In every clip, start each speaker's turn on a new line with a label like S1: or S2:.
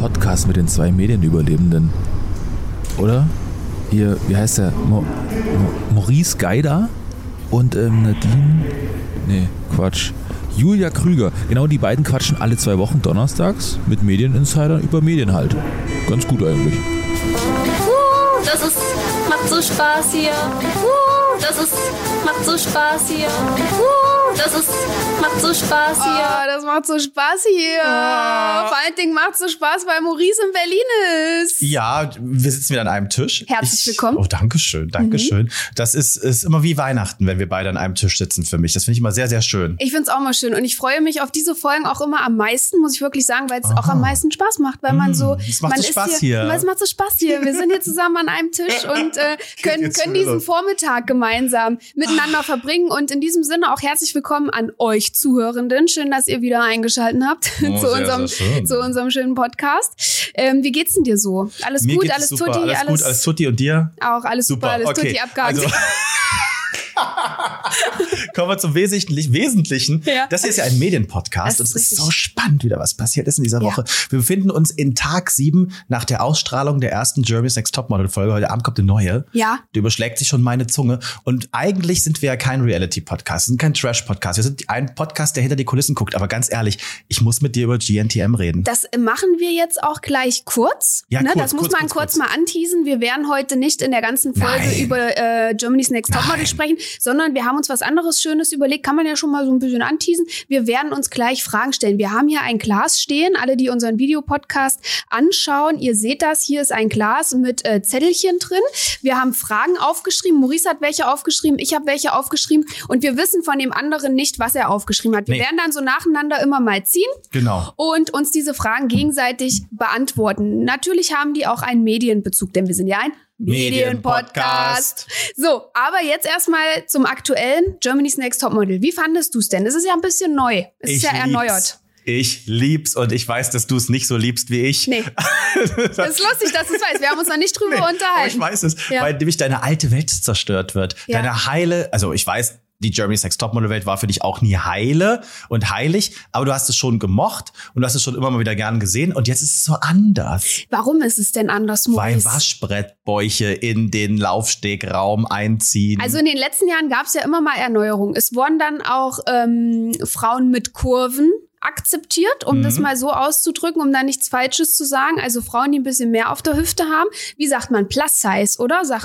S1: Podcast mit den zwei Medienüberlebenden. Oder? Hier, wie heißt der? Mo Mo Maurice Geider und ähm, Nadine. Nee, Quatsch. Julia Krüger. Genau, die beiden quatschen alle zwei Wochen donnerstags mit Medieninsidern über Medien halt. Ganz gut eigentlich.
S2: Uh, das ist, macht so Spaß hier. Uh, das ist, macht so Spaß hier. Uh, das ist, macht so Spaß hier.
S3: Oh, das macht so Spaß hier. Vor allen Dingen macht so Spaß, weil Maurice in Berlin ist.
S4: Ja, wir sitzen wieder an einem Tisch.
S3: Herzlich willkommen. Mhm.
S4: Oh, danke schön, danke schön. Das ist, ist immer wie Weihnachten, wenn wir beide an einem Tisch sitzen für mich. Das finde ich immer sehr, sehr schön.
S3: Ich finde es auch mal schön und ich freue mich auf diese Folgen auch immer am meisten, muss ich wirklich sagen, weil es auch am meisten Spaß macht, weil man so,
S4: Mm, es macht
S3: man
S4: so Spaß hier.
S3: weil es macht so Spaß hier. Wir sind hier zusammen an einem Tisch und äh, können,
S4: jetzt
S3: können
S4: wieder
S3: diesen
S4: los. Ah.
S3: Vormittag gemeinsam miteinander verbringen und in diesem Sinne auch herzlich willkommen an euch Zuhörenden. Schön, dass ihr wieder eingeschaltet habt
S4: Oh,
S3: zu
S4: sehr,
S3: unserem
S4: sehr schön.
S3: zu unserem schönen Podcast. Ähm, wie geht's denn dir so? Alles
S4: Mir
S3: gut,
S4: geht's
S3: alles
S4: super,
S3: tutti,
S4: alles, gut, alles tutti und dir?
S3: auch alles super,
S4: Super,
S3: alles
S4: okay.
S3: tutti abgehakt.
S4: Also, Kommen wir zum Wesentlichen. Wesentlichen.
S3: Ja.
S4: Das hier ist ja ein
S3: Das
S4: Medienpodcast. und
S3: ist
S4: es ist
S3: richtig.
S4: so spannend, wieder was passiert ist in dieser
S3: Ja.
S4: Woche. Wir befinden uns in Tag sieben nach der Ausstrahlung der ersten Jeremy's Next Topmodel-Folge. Heute Abend kommt eine neue.
S3: ja,
S4: Du überschlägt sich schon meine Zunge. Und eigentlich sind wir ja kein Reality-Podcast, sind kein Trash-Podcast. Wir sind ein Podcast, der hinter die Kulissen guckt. Aber ganz ehrlich, ich muss mit dir über GNTM reden.
S3: das machen wir jetzt auch gleich kurz.
S4: Mhm. Ja,
S3: ne?
S4: kurz,
S3: das muss
S4: kurz,
S3: man
S4: kurz,
S3: kurz,
S4: kurz.
S3: mal anteasen. Wir werden heute nicht in der ganzen Folge
S4: Nein.
S3: über äh, Germany's Next Topmodel
S4: Nein.
S3: sprechen, sondern wir haben uns was anderes Schönes überlegt. Kann man ja schon mal so ein bisschen anteasen. Wir werden uns gleich Fragen stellen. Wir haben hier ein Glas stehen. Alle, die unseren Videopodcast anschauen, ihr seht das. Hier ist ein Glas mit äh, Zettelchen drin. Wir haben Fragen aufgeschrieben. Maurice hat welche aufgeschrieben. Ich habe welche aufgeschrieben. Und wir wissen von dem anderen nicht, was er aufgeschrieben hat. Wir
S4: Nee.
S3: werden dann so nacheinander immer mal ziehen
S4: Genau.
S3: und uns diese Fragen gegenseitig beantworten. Natürlich haben die auch einen Medienbezug, denn wir sind ja ein
S4: Medienpodcast.
S3: Medienpodcast. So, aber jetzt erstmal zum aktuellen Germany's Next Topmodel. Wie fandest du es denn? Es ist ja ein bisschen neu. Es ist ja
S4: lieb's.
S3: erneuert.
S4: Ich lieb's und ich weiß, dass du es nicht so liebst wie ich.
S3: Nee. Das ist lustig, dass du es weißt. Wir haben uns noch nicht drüber
S4: Aber ich
S3: unterhalten.
S4: weiß es,
S3: Ja.
S4: weil nämlich deine alte Welt zerstört wird.
S3: Ja.
S4: Deine heile, also ich weiß, die Germany's Next Topmodel-Welt war für dich auch nie heile und heilig, aber du hast es schon gemocht und du hast es schon immer mal wieder gern gesehen und jetzt ist es so anders,
S3: Warum ist es denn anders,
S4: weil
S3: Maurice?
S4: Waschbrettbäuche in den Laufstegraum einziehen.
S3: Also in den letzten Jahren gab es ja immer mal Erneuerungen. Es wurden dann auch ähm, Frauen mit Kurven akzeptiert, um
S4: Mhm.
S3: das mal so auszudrücken, um da nichts Falsches zu sagen. Also Frauen, die ein bisschen mehr auf der Hüfte haben. Wie sagt man? Plus Size, oder? Sagt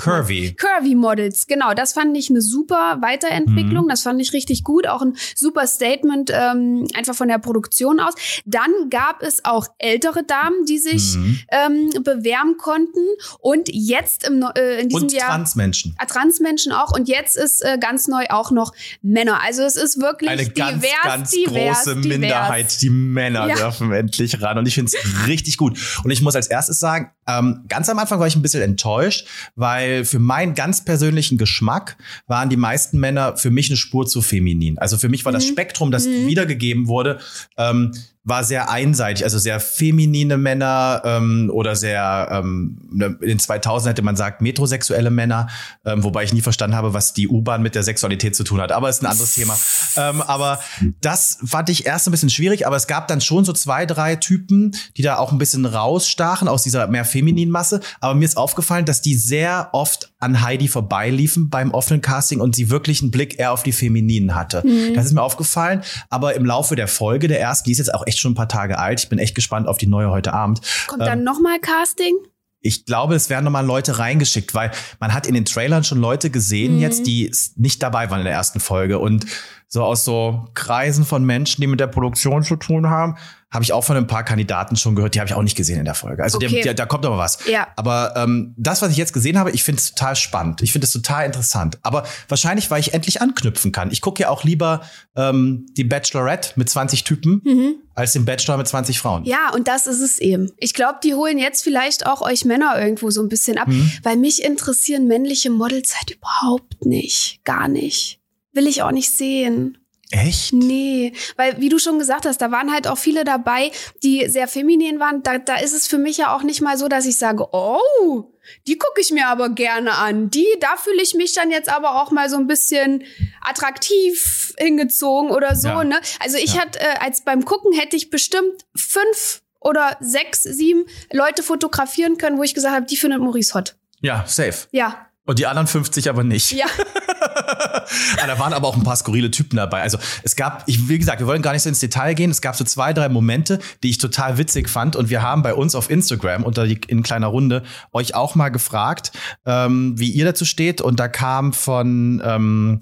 S3: Man.
S4: Curvy.
S3: Curvy Models, genau. Das fand ich eine super Weiterentwicklung.
S4: Mhm.
S3: Das fand ich richtig gut. Auch ein super Statement ähm, einfach von der Produktion aus. Dann gab es auch ältere Damen, die sich
S4: Mhm.
S3: ähm, bewerben konnten. Und jetzt im, Neu- äh, in diesem
S4: und
S3: Jahr...
S4: Transmenschen.
S3: Ah, Transmenschen auch und jetzt ist äh, ganz neu auch noch Männer. Also es ist wirklich
S4: Eine
S3: divers,
S4: ganz, ganz
S3: divers,
S4: große
S3: divers.
S4: Minderheit. Die Männer
S3: Ja.
S4: dürfen endlich ran. Und ich finde es richtig gut. Und ich muss als erstes sagen, ähm, ganz am Anfang war ich ein bisschen enttäuscht, weil für meinen ganz persönlichen Geschmack waren die meisten Männer für mich eine Spur zu feminin. Also für mich war das
S3: Mhm.
S4: Spektrum, das wiedergegeben wurde, ähm, war sehr einseitig, also sehr feminine Männer ähm, oder sehr, ähm, ne, in den 2000 hätte man sagt, metrosexuelle Männer, ähm, wobei ich nie verstanden habe, was die U-Bahn mit der Sexualität zu tun hat, aber ist ein anderes Thema. Ähm, aber das fand ich erst ein bisschen schwierig, aber es gab dann schon so zwei, drei Typen, die da auch ein bisschen rausstachen aus dieser mehr femininen Masse, aber mir ist aufgefallen, dass die sehr oft an Heidi vorbeiliefen beim offenen Casting und sie wirklich einen Blick eher auf die Femininen hatte. Das ist mir aufgefallen, aber im Laufe der Folge, der ersten, die ist jetzt auch echt schon ein paar Tage alt, ich bin echt gespannt auf die neue heute Abend,
S3: Kommt dann
S4: Ähm.
S3: nochmal Casting?
S4: ich glaube, es werden nochmal Leute reingeschickt, weil man hat in den Trailern schon Leute gesehen
S3: Mhm.
S4: jetzt, die s- nicht dabei waren in der ersten Folge. Und so aus so Kreisen von Menschen, die mit der Produktion zu tun haben, habe ich auch von ein paar Kandidaten schon gehört, die habe ich auch nicht gesehen in der Folge. Also der,
S3: Okay.
S4: der, da kommt aber was.
S3: Ja.
S4: Aber ähm, das, was ich jetzt gesehen habe, ich finde es total spannend. Ich finde es total interessant. Aber wahrscheinlich, weil ich endlich anknüpfen kann. Ich gucke ja auch lieber ähm, die Bachelorette mit 20 Typen als den Bachelor mit 20 Frauen.
S3: Mhm. Ja, und das ist es eben. Ich glaube, die holen jetzt vielleicht auch euch Männer irgendwo so ein bisschen ab,
S4: Mhm.
S3: weil mich interessieren männliche Models halt überhaupt nicht. Gar nicht. Will ich auch nicht sehen.
S4: Echt?
S3: Nee, weil wie du schon gesagt hast, da waren halt auch viele dabei, die sehr feminin waren. Da, da ist es für mich ja auch nicht mal so, dass ich sage, oh, die gucke ich mir aber gerne an. Die, da fühle ich mich dann jetzt aber auch mal so ein bisschen attraktiv hingezogen oder so.
S4: Ja.
S3: Ne? Also ich
S4: Ja.
S3: hatte, äh, als beim Gucken hätte ich bestimmt fünf oder sechs, sieben Leute fotografieren können, wo ich gesagt habe, die findet Maurice hot.
S4: Ja, safe.
S3: Ja,
S4: Und die anderen 50 aber nicht.
S3: ja.
S4: Ah, da waren aber auch ein paar skurrile Typen dabei. Also es gab, ich, wie gesagt, wir wollen gar nicht so ins Detail gehen. Es gab so zwei, drei Momente, die ich total witzig fand. Und wir haben bei uns auf Instagram unter die, in kleiner Runde euch auch mal gefragt, ähm, wie ihr dazu steht. Und da kam von ähm,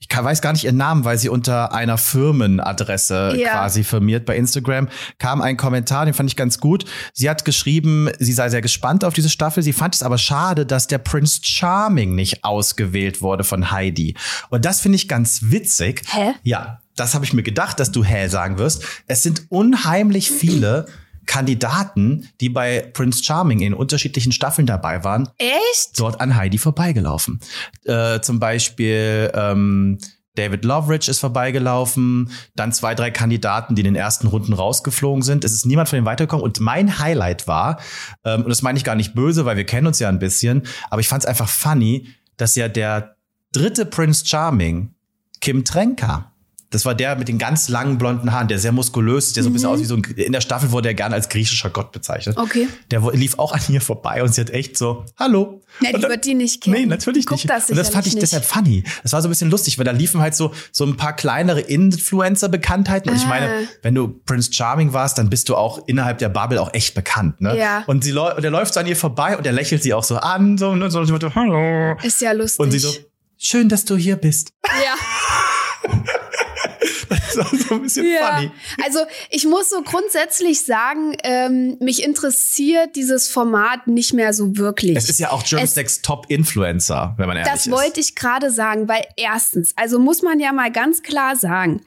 S4: ich kann, weiß gar nicht ihren Namen, weil sie unter einer Firmenadresse
S3: Ja.
S4: quasi firmiert bei Instagram, kam ein Kommentar, den fand ich ganz gut. Sie hat geschrieben, sie sei sehr gespannt auf diese Staffel. Sie fand es aber schade, dass der Prince Charming nicht ausgewählt wurde von Heidi. Und das finde ich ganz witzig.
S3: Hä?
S4: Ja, das habe ich mir gedacht, dass du hä sagen wirst. Es sind unheimlich viele Kandidaten, die bei Prince Charming in unterschiedlichen Staffeln dabei waren,
S3: Echt?
S4: dort an Heidi vorbeigelaufen. Äh, zum Beispiel ähm, David Loveridge ist vorbeigelaufen, dann zwei, drei Kandidaten, die in den ersten Runden rausgeflogen sind. Es ist niemand von denen weitergekommen. Und mein Highlight war, ähm, und das meine ich gar nicht böse, weil wir kennen uns ja ein bisschen, aber ich fand es einfach funny, dass ja der dritte Prince Charming, Kim Trenker, das war der mit den ganz langen blonden Haaren, der sehr muskulös ist, der so ein bisschen aus wie so ein, in der Staffel wurde er gerne als griechischer Gott bezeichnet.
S3: Okay.
S4: Der wo- lief auch an ihr vorbei und sie hat echt so, hallo.
S3: Na, die
S4: Und dann-
S3: wird die nicht kennen.
S4: Nee, natürlich
S3: Guck
S4: nicht.
S3: das
S4: und das fand
S3: sicherlich
S4: ich
S3: nicht.
S4: deshalb funny. Das war so ein bisschen lustig, weil da liefen halt so, so ein paar kleinere Influencer-Bekanntheiten. Und ich
S3: Ah.
S4: meine, wenn du Prince Charming warst, dann bist du auch innerhalb der Bubble auch echt bekannt. Ne?
S3: Ja.
S4: Und, sie läu- und er läuft so an ihr vorbei und er lächelt sie auch so an. So, ne, so, so, so, hallo.
S3: Ist ja lustig.
S4: Und sie so, schön, dass du hier bist.
S3: Ja.
S4: Das war so ein bisschen funny.
S3: Also ich muss so grundsätzlich sagen, ähm, mich interessiert dieses Format nicht mehr so wirklich.
S4: Es ist ja auch German
S3: Es-
S4: Sex Top-Influencer, wenn man ehrlich
S3: das
S4: ist.
S3: wollte ich gerade sagen, weil erstens, also muss man ja mal ganz klar sagen,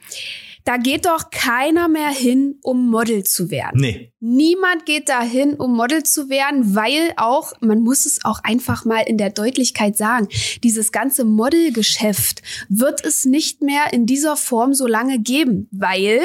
S3: da geht doch keiner mehr hin, um Model zu werden.
S4: Nee,
S3: Niemand geht dahin, um Model zu werden, weil auch, man muss es auch einfach mal in der Deutlichkeit sagen, dieses ganze Modelgeschäft wird es nicht mehr in dieser Form so lange geben, weil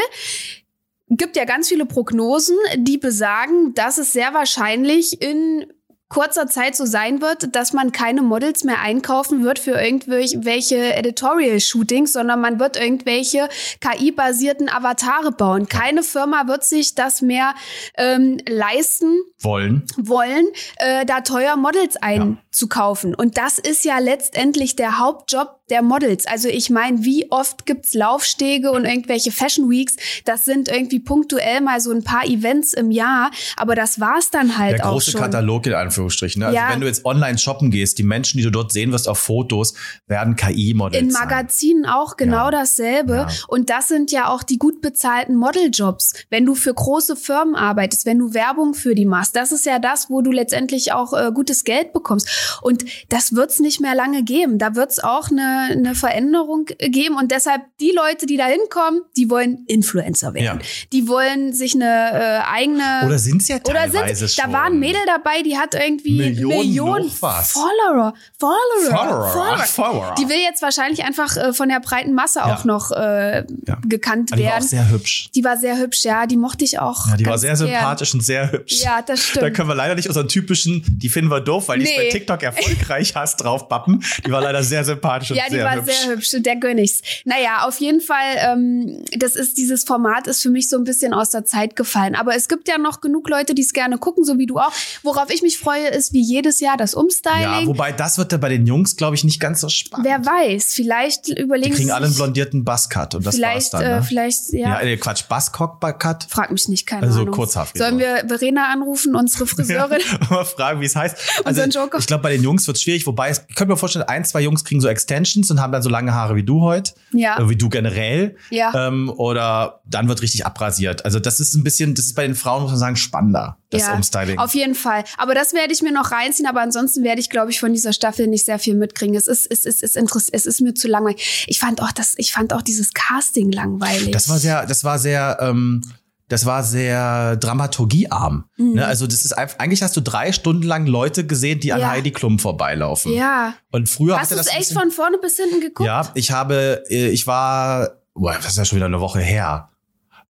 S3: gibt ja ganz viele Prognosen, die besagen, dass es sehr wahrscheinlich in kurzer Zeit so sein wird, dass man keine Models mehr einkaufen wird für irgendwelche Editorial-Shootings, sondern man wird irgendwelche KI-basierten Avatare bauen. Keine Firma wird sich das mehr ähm, leisten
S4: wollen.
S3: wollen, äh, da teuer Models einzukaufen. Und das ist ja letztendlich der Hauptjob der Models. Also ich meine, wie oft gibt's Laufstege und irgendwelche Fashion Weeks? Das sind irgendwie punktuell mal so ein paar Events im Jahr, aber das war's dann halt
S4: Der
S3: auch
S4: große
S3: schon.
S4: Katalog in Anführungsstrichen. Ne? Also
S3: Ja.
S4: wenn du jetzt online shoppen gehst, die Menschen, die du dort sehen wirst auf Fotos, werden KI-Models
S3: In
S4: sein.
S3: Magazinen auch genau
S4: Ja.
S3: dasselbe.
S4: Ja.
S3: Und das sind ja auch die gut bezahlten Modeljobs. Wenn du für große Firmen arbeitest, wenn du Werbung für die machst, das ist ja das, wo du letztendlich auch äh, gutes Geld bekommst. Und das wird's nicht mehr lange geben. Da wird's auch eine, eine Veränderung äh, geben. Und deshalb die Leute, die da hinkommen, die wollen Influencer werden.
S4: Ja.
S3: Die wollen sich eine äh, eigene
S4: Oder sind es ja
S3: oder
S4: teilweise
S3: sind
S4: schon.
S3: da war ein Mädel dabei, die hat irgendwie
S4: Millionen
S3: Millionen,
S4: noch was.
S3: Follower, Follower,
S4: Follower, ach, Follower.
S3: Die will jetzt wahrscheinlich einfach äh, von der breiten Masse auch noch äh,
S4: Ja.
S3: gekannt
S4: Aber Die war auch
S3: werden.
S4: sehr hübsch.
S3: die war sehr hübsch, ja, die mochte ich auch.
S4: Ja, die war
S3: ganz
S4: sehr
S3: gern.
S4: sympathisch und sehr hübsch.
S3: Ja, das
S4: Da
S3: stimmt.
S4: können wir leider nicht unseren typischen, die finden wir doof, weil die ist
S3: Nee.
S4: bei TikTok erfolgreich, hast draufpappen. Die war leider sehr sympathisch und
S3: Ja, die
S4: sehr
S3: war
S4: hübsch.
S3: sehr hübsch und der gönn ich's. Naja, auf jeden Fall, ähm, das ist, dieses Format ist für mich so ein bisschen aus der Zeit gefallen. Aber es gibt ja noch genug Leute, die es gerne gucken, so wie du auch. Worauf ich mich freue, ist wie jedes Jahr das
S4: Ja,
S3: Umstyling.
S4: wobei das wird ja bei den Jungs, glaube ich, nicht ganz so spannend.
S3: Wer weiß, vielleicht
S4: die
S3: überlegen
S4: kriegen
S3: sie
S4: alle einen
S3: sich-
S4: blondierten Buzzcut und das war's
S3: Vielleicht,
S4: dann.
S3: äh,
S4: Ne?
S3: vielleicht, ja.
S4: ja, nee, Quatsch, Buzzcock-Cut.
S3: Frag mich nicht, keine
S4: Also
S3: Ahnung.
S4: kurzhaft
S3: Sollen wir Verena anrufen, unsere Friseurin?
S4: Ja, mal fragen, wie es heißt. Also,
S3: Unseren Joker.
S4: ich glaube, bei den Jungs wird es schwierig, wobei es, ich könnte mir vorstellen, ein, zwei Jungs kriegen so Extensions und haben dann so lange Haare wie du heute.
S3: Ja.
S4: Äh, Wie du generell.
S3: Ja.
S4: Ähm, oder dann wird richtig abrasiert. Also, das ist ein bisschen, das ist bei den Frauen, muss man sagen, spannender, das Umstyling.
S3: Auf jeden Fall. Aber das werde ich mir noch reinziehen, aber ansonsten werde ich, glaube ich, von dieser Staffel nicht sehr viel mitkriegen. Es ist, es ist, es ist, interess- es ist mir zu langweilig. Ich fand auch das, ich fand auch dieses Casting langweilig.
S4: Das war sehr, das war sehr, ähm, das war sehr dramaturgiearm.
S3: Mhm.
S4: Ne? Also, das ist einfach, eigentlich hast du drei Stunden lang Leute gesehen, die an
S3: Ja.
S4: Heidi Klum vorbeilaufen.
S3: Ja.
S4: Und früher
S3: Hast
S4: hatte
S3: du es
S4: das ein
S3: echt
S4: bisschen-
S3: von vorne bis hinten geguckt?
S4: Ja, ich habe, äh, ich war, boah, das ist ja schon wieder eine Woche her.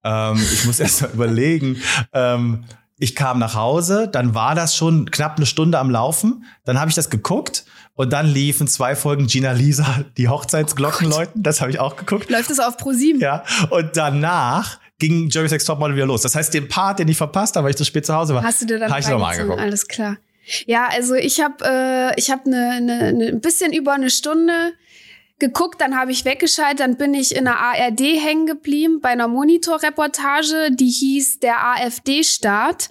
S4: Ähm, ich muss erst mal überlegen. Ähm, ich kam nach Hause, dann war das schon knapp eine Stunde am Laufen. Dann habe ich das geguckt und dann liefen zwei Folgen Gina
S3: Oh
S4: Lisa, die Hochzeitsglocken läuten. Das habe ich auch geguckt.
S3: Läuft es auf ProSieben?
S4: Ja, und danach ging Jerry Sex Topmodel wieder los. Das heißt, den Part, den ich verpasst habe, weil ich zu spät zu Hause war,
S3: Hast du dir dann
S4: habe ich nochmal
S3: reingezogen?
S4: angeguckt.
S3: Alles klar. Ja, also ich habe äh, ich habe ne, ne, ne, ein bisschen über eine Stunde geguckt, dann habe ich weggeschaltet, dann bin ich in der ARD hängen geblieben bei einer Monitorreportage, die hieß der AfD-Staat.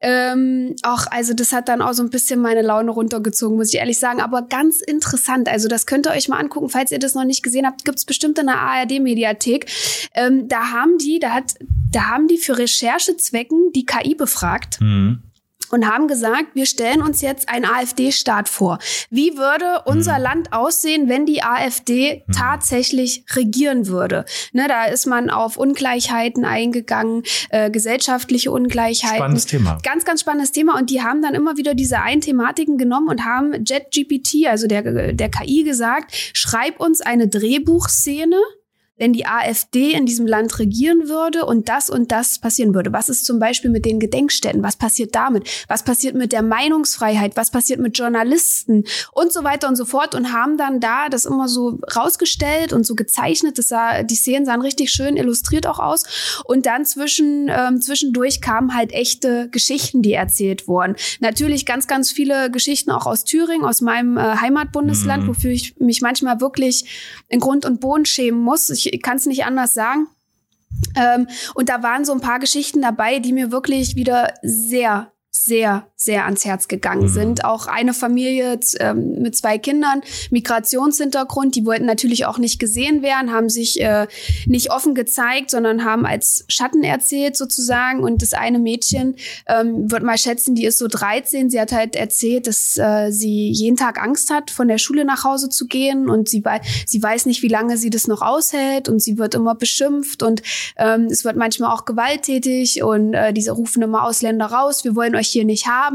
S3: Ähm, auch also das hat dann auch so ein bisschen meine Laune runtergezogen, muss ich ehrlich sagen, aber ganz interessant. Also das könnt ihr euch mal angucken, falls ihr das noch nicht gesehen habt, gibt's bestimmt in der ARD-Mediathek. Ähm, da haben die, da hat, da haben die für Recherchezwecken die KI befragt
S4: Mhm.
S3: und haben gesagt, wir stellen uns jetzt einen AfD-Staat vor. Wie würde
S4: Hm.
S3: unser Land aussehen, wenn die AfD tatsächlich regieren würde? Ne, da ist man auf Ungleichheiten eingegangen, äh, gesellschaftliche Ungleichheiten.
S4: Spannendes Thema.
S3: Ganz, ganz spannendes Thema. Und die haben dann immer wieder diese einen Thematiken genommen und haben JetGPT, also der, der KI, gesagt, schreib uns eine Drehbuchszene, wenn die AfD in diesem Land regieren würde und das und das passieren würde. Was ist zum Beispiel mit den Gedenkstätten? Was passiert damit? Was passiert mit der Meinungsfreiheit? Was passiert mit Journalisten? Und so weiter und so fort. Und haben dann da das immer so rausgestellt und so gezeichnet. Das sah, die Szenen sahen richtig schön illustriert auch aus. Und dann zwischen, ähm, zwischendurch kamen halt echte Geschichten, die erzählt wurden. Natürlich ganz, ganz viele Geschichten auch aus Thüringen, aus meinem äh, Heimatbundesland,
S4: Mhm.
S3: wofür ich mich manchmal wirklich in Grund und Boden schämen muss. Ich kann es nicht anders sagen. Ähm, und da waren so ein paar Geschichten dabei, die mir wirklich wieder sehr, sehr, sehr ans Herz gegangen
S4: Mhm.
S3: sind. Auch eine Familie z- ähm, mit zwei Kindern, Migrationshintergrund, die wollten natürlich auch nicht gesehen werden, haben sich äh, nicht offen gezeigt, sondern haben als Schatten erzählt sozusagen. Und das eine Mädchen, ähm, würde mal schätzen, die ist so 13. Sie hat halt erzählt, dass äh, sie jeden Tag Angst hat, von der Schule nach Hause zu gehen und sie, wei sie weiß nicht, wie lange sie das noch aushält und sie wird immer beschimpft und ähm, es wird manchmal auch gewalttätig und äh, diese rufen immer Ausländer raus, wir wollen euch hier nicht haben.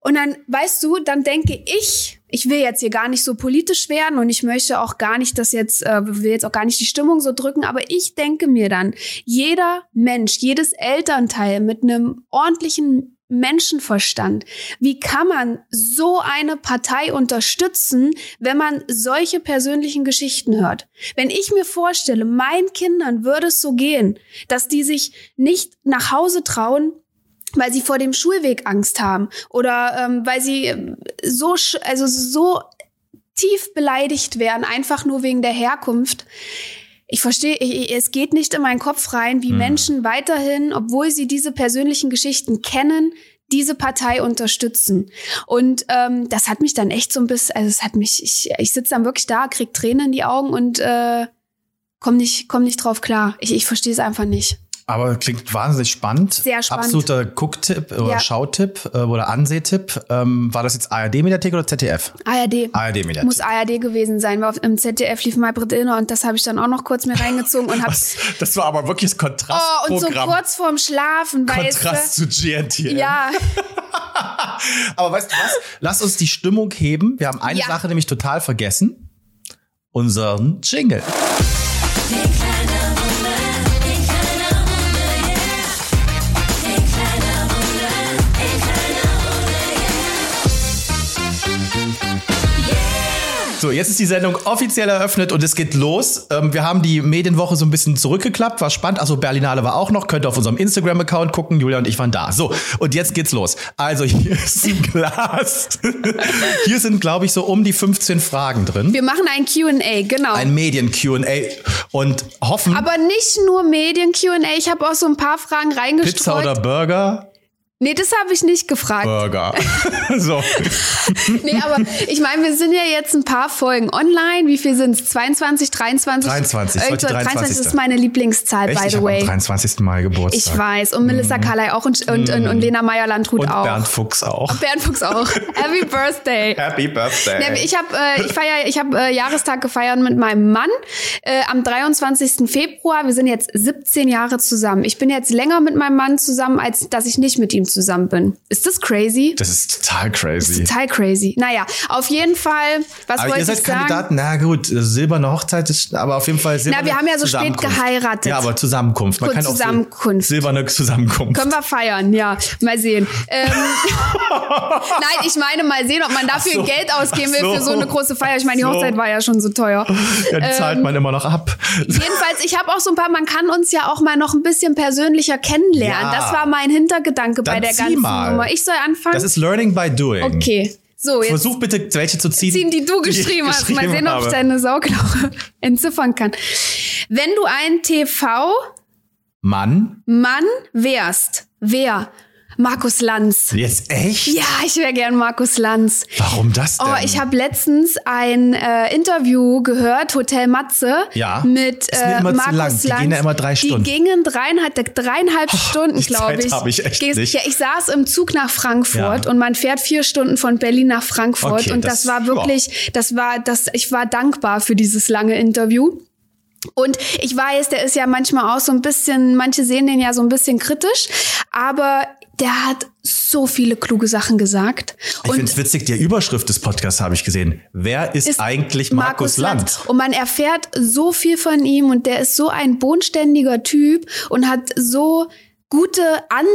S3: Und dann, weißt du, dann denke ich, ich will jetzt hier gar nicht so politisch werden und ich möchte auch gar nicht, dass jetzt, äh, will jetzt auch gar nicht die Stimmung so drücken, aber ich denke mir dann, jeder Mensch, jedes Elternteil mit einem ordentlichen Menschenverstand, wie kann man so eine Partei unterstützen, wenn man solche persönlichen Geschichten hört? Wenn ich mir vorstelle, meinen Kindern würde es so gehen, dass die sich nicht nach Hause trauen, weil sie vor dem Schulweg Angst haben oder ähm, weil sie ähm, so sch- also so tief beleidigt werden einfach nur wegen der Herkunft. Ich verstehe, ich- ich- es geht nicht in meinen Kopf rein, wie
S4: Mhm.
S3: Menschen weiterhin, obwohl sie diese persönlichen Geschichten kennen, diese Partei unterstützen. Und ähm, das hat mich dann echt so ein bisschen, also es hat mich, ich, ich sitze dann wirklich da, krieg Tränen in die Augen und äh, komm nicht, komm nicht drauf klar. Ich, ich verstehe es einfach nicht.
S4: Aber klingt wahnsinnig spannend.
S3: Sehr spannend.
S4: Absoluter Gucktipp oder
S3: Ja.
S4: Schautipp äh, oder Ansehtipp. Ähm, war das jetzt ARD-Mediathek oder ZDF?
S3: ARD.
S4: ARD-Mediathek.
S3: Muss ARD gewesen sein, weil auf, im ZDF lief Maybrit Illner und das habe ich dann auch noch kurz mir reingezogen und hab's.
S4: das war aber wirklich das
S3: Oh, und so
S4: Kontrastprogramm.
S3: kurz vorm Schlafen, weißt
S4: Kontrast
S3: du?
S4: zu GNTM.
S3: Ja,
S4: Aber weißt du was? Lass uns die Stimmung heben. Wir haben eine
S3: Ja.
S4: Sache nämlich total vergessen. Unseren Jingle. So, jetzt ist die Sendung offiziell eröffnet und es geht los. Ähm, wir haben die Medienwoche so ein bisschen zurückgeklappt, war spannend. Also Berlinale war auch noch, könnt ihr auf unserem Instagram-Account gucken. Julia und ich waren da. So, und jetzt geht's los. Also, hier ist ein Glas. hier sind, glaube ich, so um die 15 Fragen drin.
S3: wir machen ein QA, genau.
S4: Ein Medien-QA und hoffen,
S3: aber nicht nur Medien-QA, ich habe auch so ein paar Fragen
S4: Pizza
S3: reingestreut.
S4: oder Burger?
S3: nee, das habe ich nicht gefragt.
S4: Burger. so.
S3: Nee, aber ich meine, wir sind ja jetzt ein paar Folgen online. Wie viel sind es? 22, 23?
S4: 23,
S3: Irgend
S4: heute
S3: so- 23
S4: 23.
S3: Äh, ist meine Lieblingszahl,
S4: Echt?
S3: by
S4: Ich
S3: the
S4: habe am
S3: way.
S4: 23. Mal Geburtstag.
S3: Ich weiß. Und Melissa Carley auch und, und, und, und Lena Meyer-Landrut
S4: Mhm. Und
S3: auch.
S4: Bernd Fuchs auch.
S3: Bernd Fuchs auch. Happy Birthday.
S4: Happy Birthday.
S3: Ne, ich habe äh, ich feier, ich hab, äh, Jahrestag gefeiert mit meinem Mann äh, am 23. Februar. Wir sind jetzt 17 Jahre zusammen. Ich bin jetzt länger mit meinem Mann zusammen, als dass ich nicht mit ihm ihm zusammen bin. Ist das crazy?
S4: Das ist total
S3: Das
S4: crazy.
S3: ist total crazy. Naja, auf jeden Fall, was
S4: aber
S3: wollte
S4: ihr
S3: ich
S4: seid
S3: sagen?
S4: Kandidaten, na gut, äh, silberne Hochzeit ist, aber auf jeden Fall silberne
S3: wir haben ja so spät
S4: Zusammenkunft.
S3: geheiratet.
S4: Ja, aber Zusammenkunft. Man
S3: Gut,
S4: kann auch sil-
S3: Zusammenkunft.
S4: silberne Zusammenkunft.
S3: Können wir feiern, ja. Mal sehen. Ähm, Nein, ich meine, mal sehen, ob man dafür
S4: so.
S3: Geld ausgeben will
S4: Ach so.
S3: für so eine große Feier. Ich meine, die
S4: So.
S3: Hochzeit war ja schon so teuer.
S4: ja, die
S3: ähm,
S4: zahlt man immer noch ab.
S3: Jedenfalls, ich habe auch so ein paar, man kann uns ja auch mal noch ein bisschen persönlicher kennenlernen.
S4: Ja.
S3: Das war mein Hintergedanke bei
S4: Dann
S3: der
S4: zieh
S3: ganzen
S4: mal.
S3: Nummer. Ich soll anfangen?
S4: Das ist Learning by Doing.
S3: okay. So, jetzt
S4: Versuch bitte, welche zu ziehen.
S3: ziehen, die du geschrieben hast. Mal sehen, ob ich
S4: habe.
S3: deine Sauglauche entziffern kann. Wenn du ein TV-Mann
S4: Mann,
S3: wärst, wer? Markus Lanz.
S4: jetzt echt?
S3: Ja, ich wäre gern Markus Lanz.
S4: Warum das denn?
S3: Oh, ich habe letztens ein äh, Interview gehört, Hotel Matze,
S4: Ja.
S3: mit
S4: Ist mir
S3: äh,
S4: immer zu
S3: Markus
S4: lang. Die
S3: Lanz.
S4: gehen ja immer drei Stunden. Oh,
S3: Die gingen dreieinhalb, dreieinhalb Stunden,
S4: die
S3: glaube
S4: Zeit
S3: ich.
S4: hab ich echt
S3: Gehst-
S4: nicht.
S3: Ja, ich saß im Zug nach Frankfurt
S4: Ja.
S3: und man fährt vier Stunden von Berlin nach Frankfurt
S4: Okay,
S3: und das,
S4: das-
S3: war wirklich, das war, das, ich war dankbar für dieses lange Interview. Und ich weiß, der ist ja manchmal auch so ein bisschen, manche sehen den ja so ein bisschen kritisch, aber der hat so viele kluge Sachen gesagt.
S4: Ich
S3: Und
S4: finde es witzig, die Überschrift des Podcasts habe ich gesehen. Wer ist, eigentlich Markus, Land?
S3: Und man erfährt so viel von ihm und der ist so ein bodenständiger Typ und hat so gute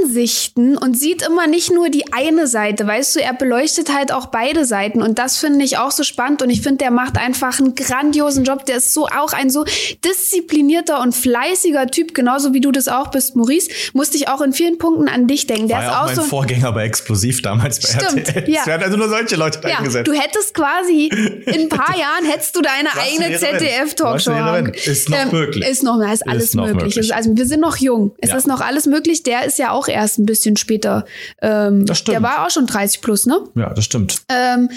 S3: Ansichten und sieht immer nicht nur die eine Seite, weißt du, er beleuchtet halt auch beide Seiten und das finde ich auch so spannend und ich finde, der macht einfach einen grandiosen Job, der ist so auch ein so disziplinierter und fleißiger Typ, genauso wie du das auch bist, Maurice, musste ich auch in vielen Punkten an dich denken. Der
S4: War
S3: ist
S4: ja auch mein
S3: so ein-
S4: Vorgänger bei Explosiv damals bei
S3: Stimmt,
S4: RTL.
S3: ja.
S4: Es werden also nur solche Leute da
S3: ja,
S4: eingesetzt.
S3: du hättest quasi in ein paar Jahren hättest du deine
S4: Was
S3: eigene
S4: wäre wenn?
S3: ZDF-Talkshow.
S4: Was wäre
S3: haben.
S4: wenn? Ist noch möglich.
S3: Ähm, Ist noch, ist alles
S4: Ist noch
S3: möglich.
S4: möglich.
S3: Ist- Also wir sind noch jung. Es
S4: Ja.
S3: ist noch alles möglich. Der ist ja auch erst ein bisschen später. Ähm,
S4: Das stimmt.
S3: Der war auch schon 30 plus, ne?
S4: Ja, das stimmt.
S3: Ähm,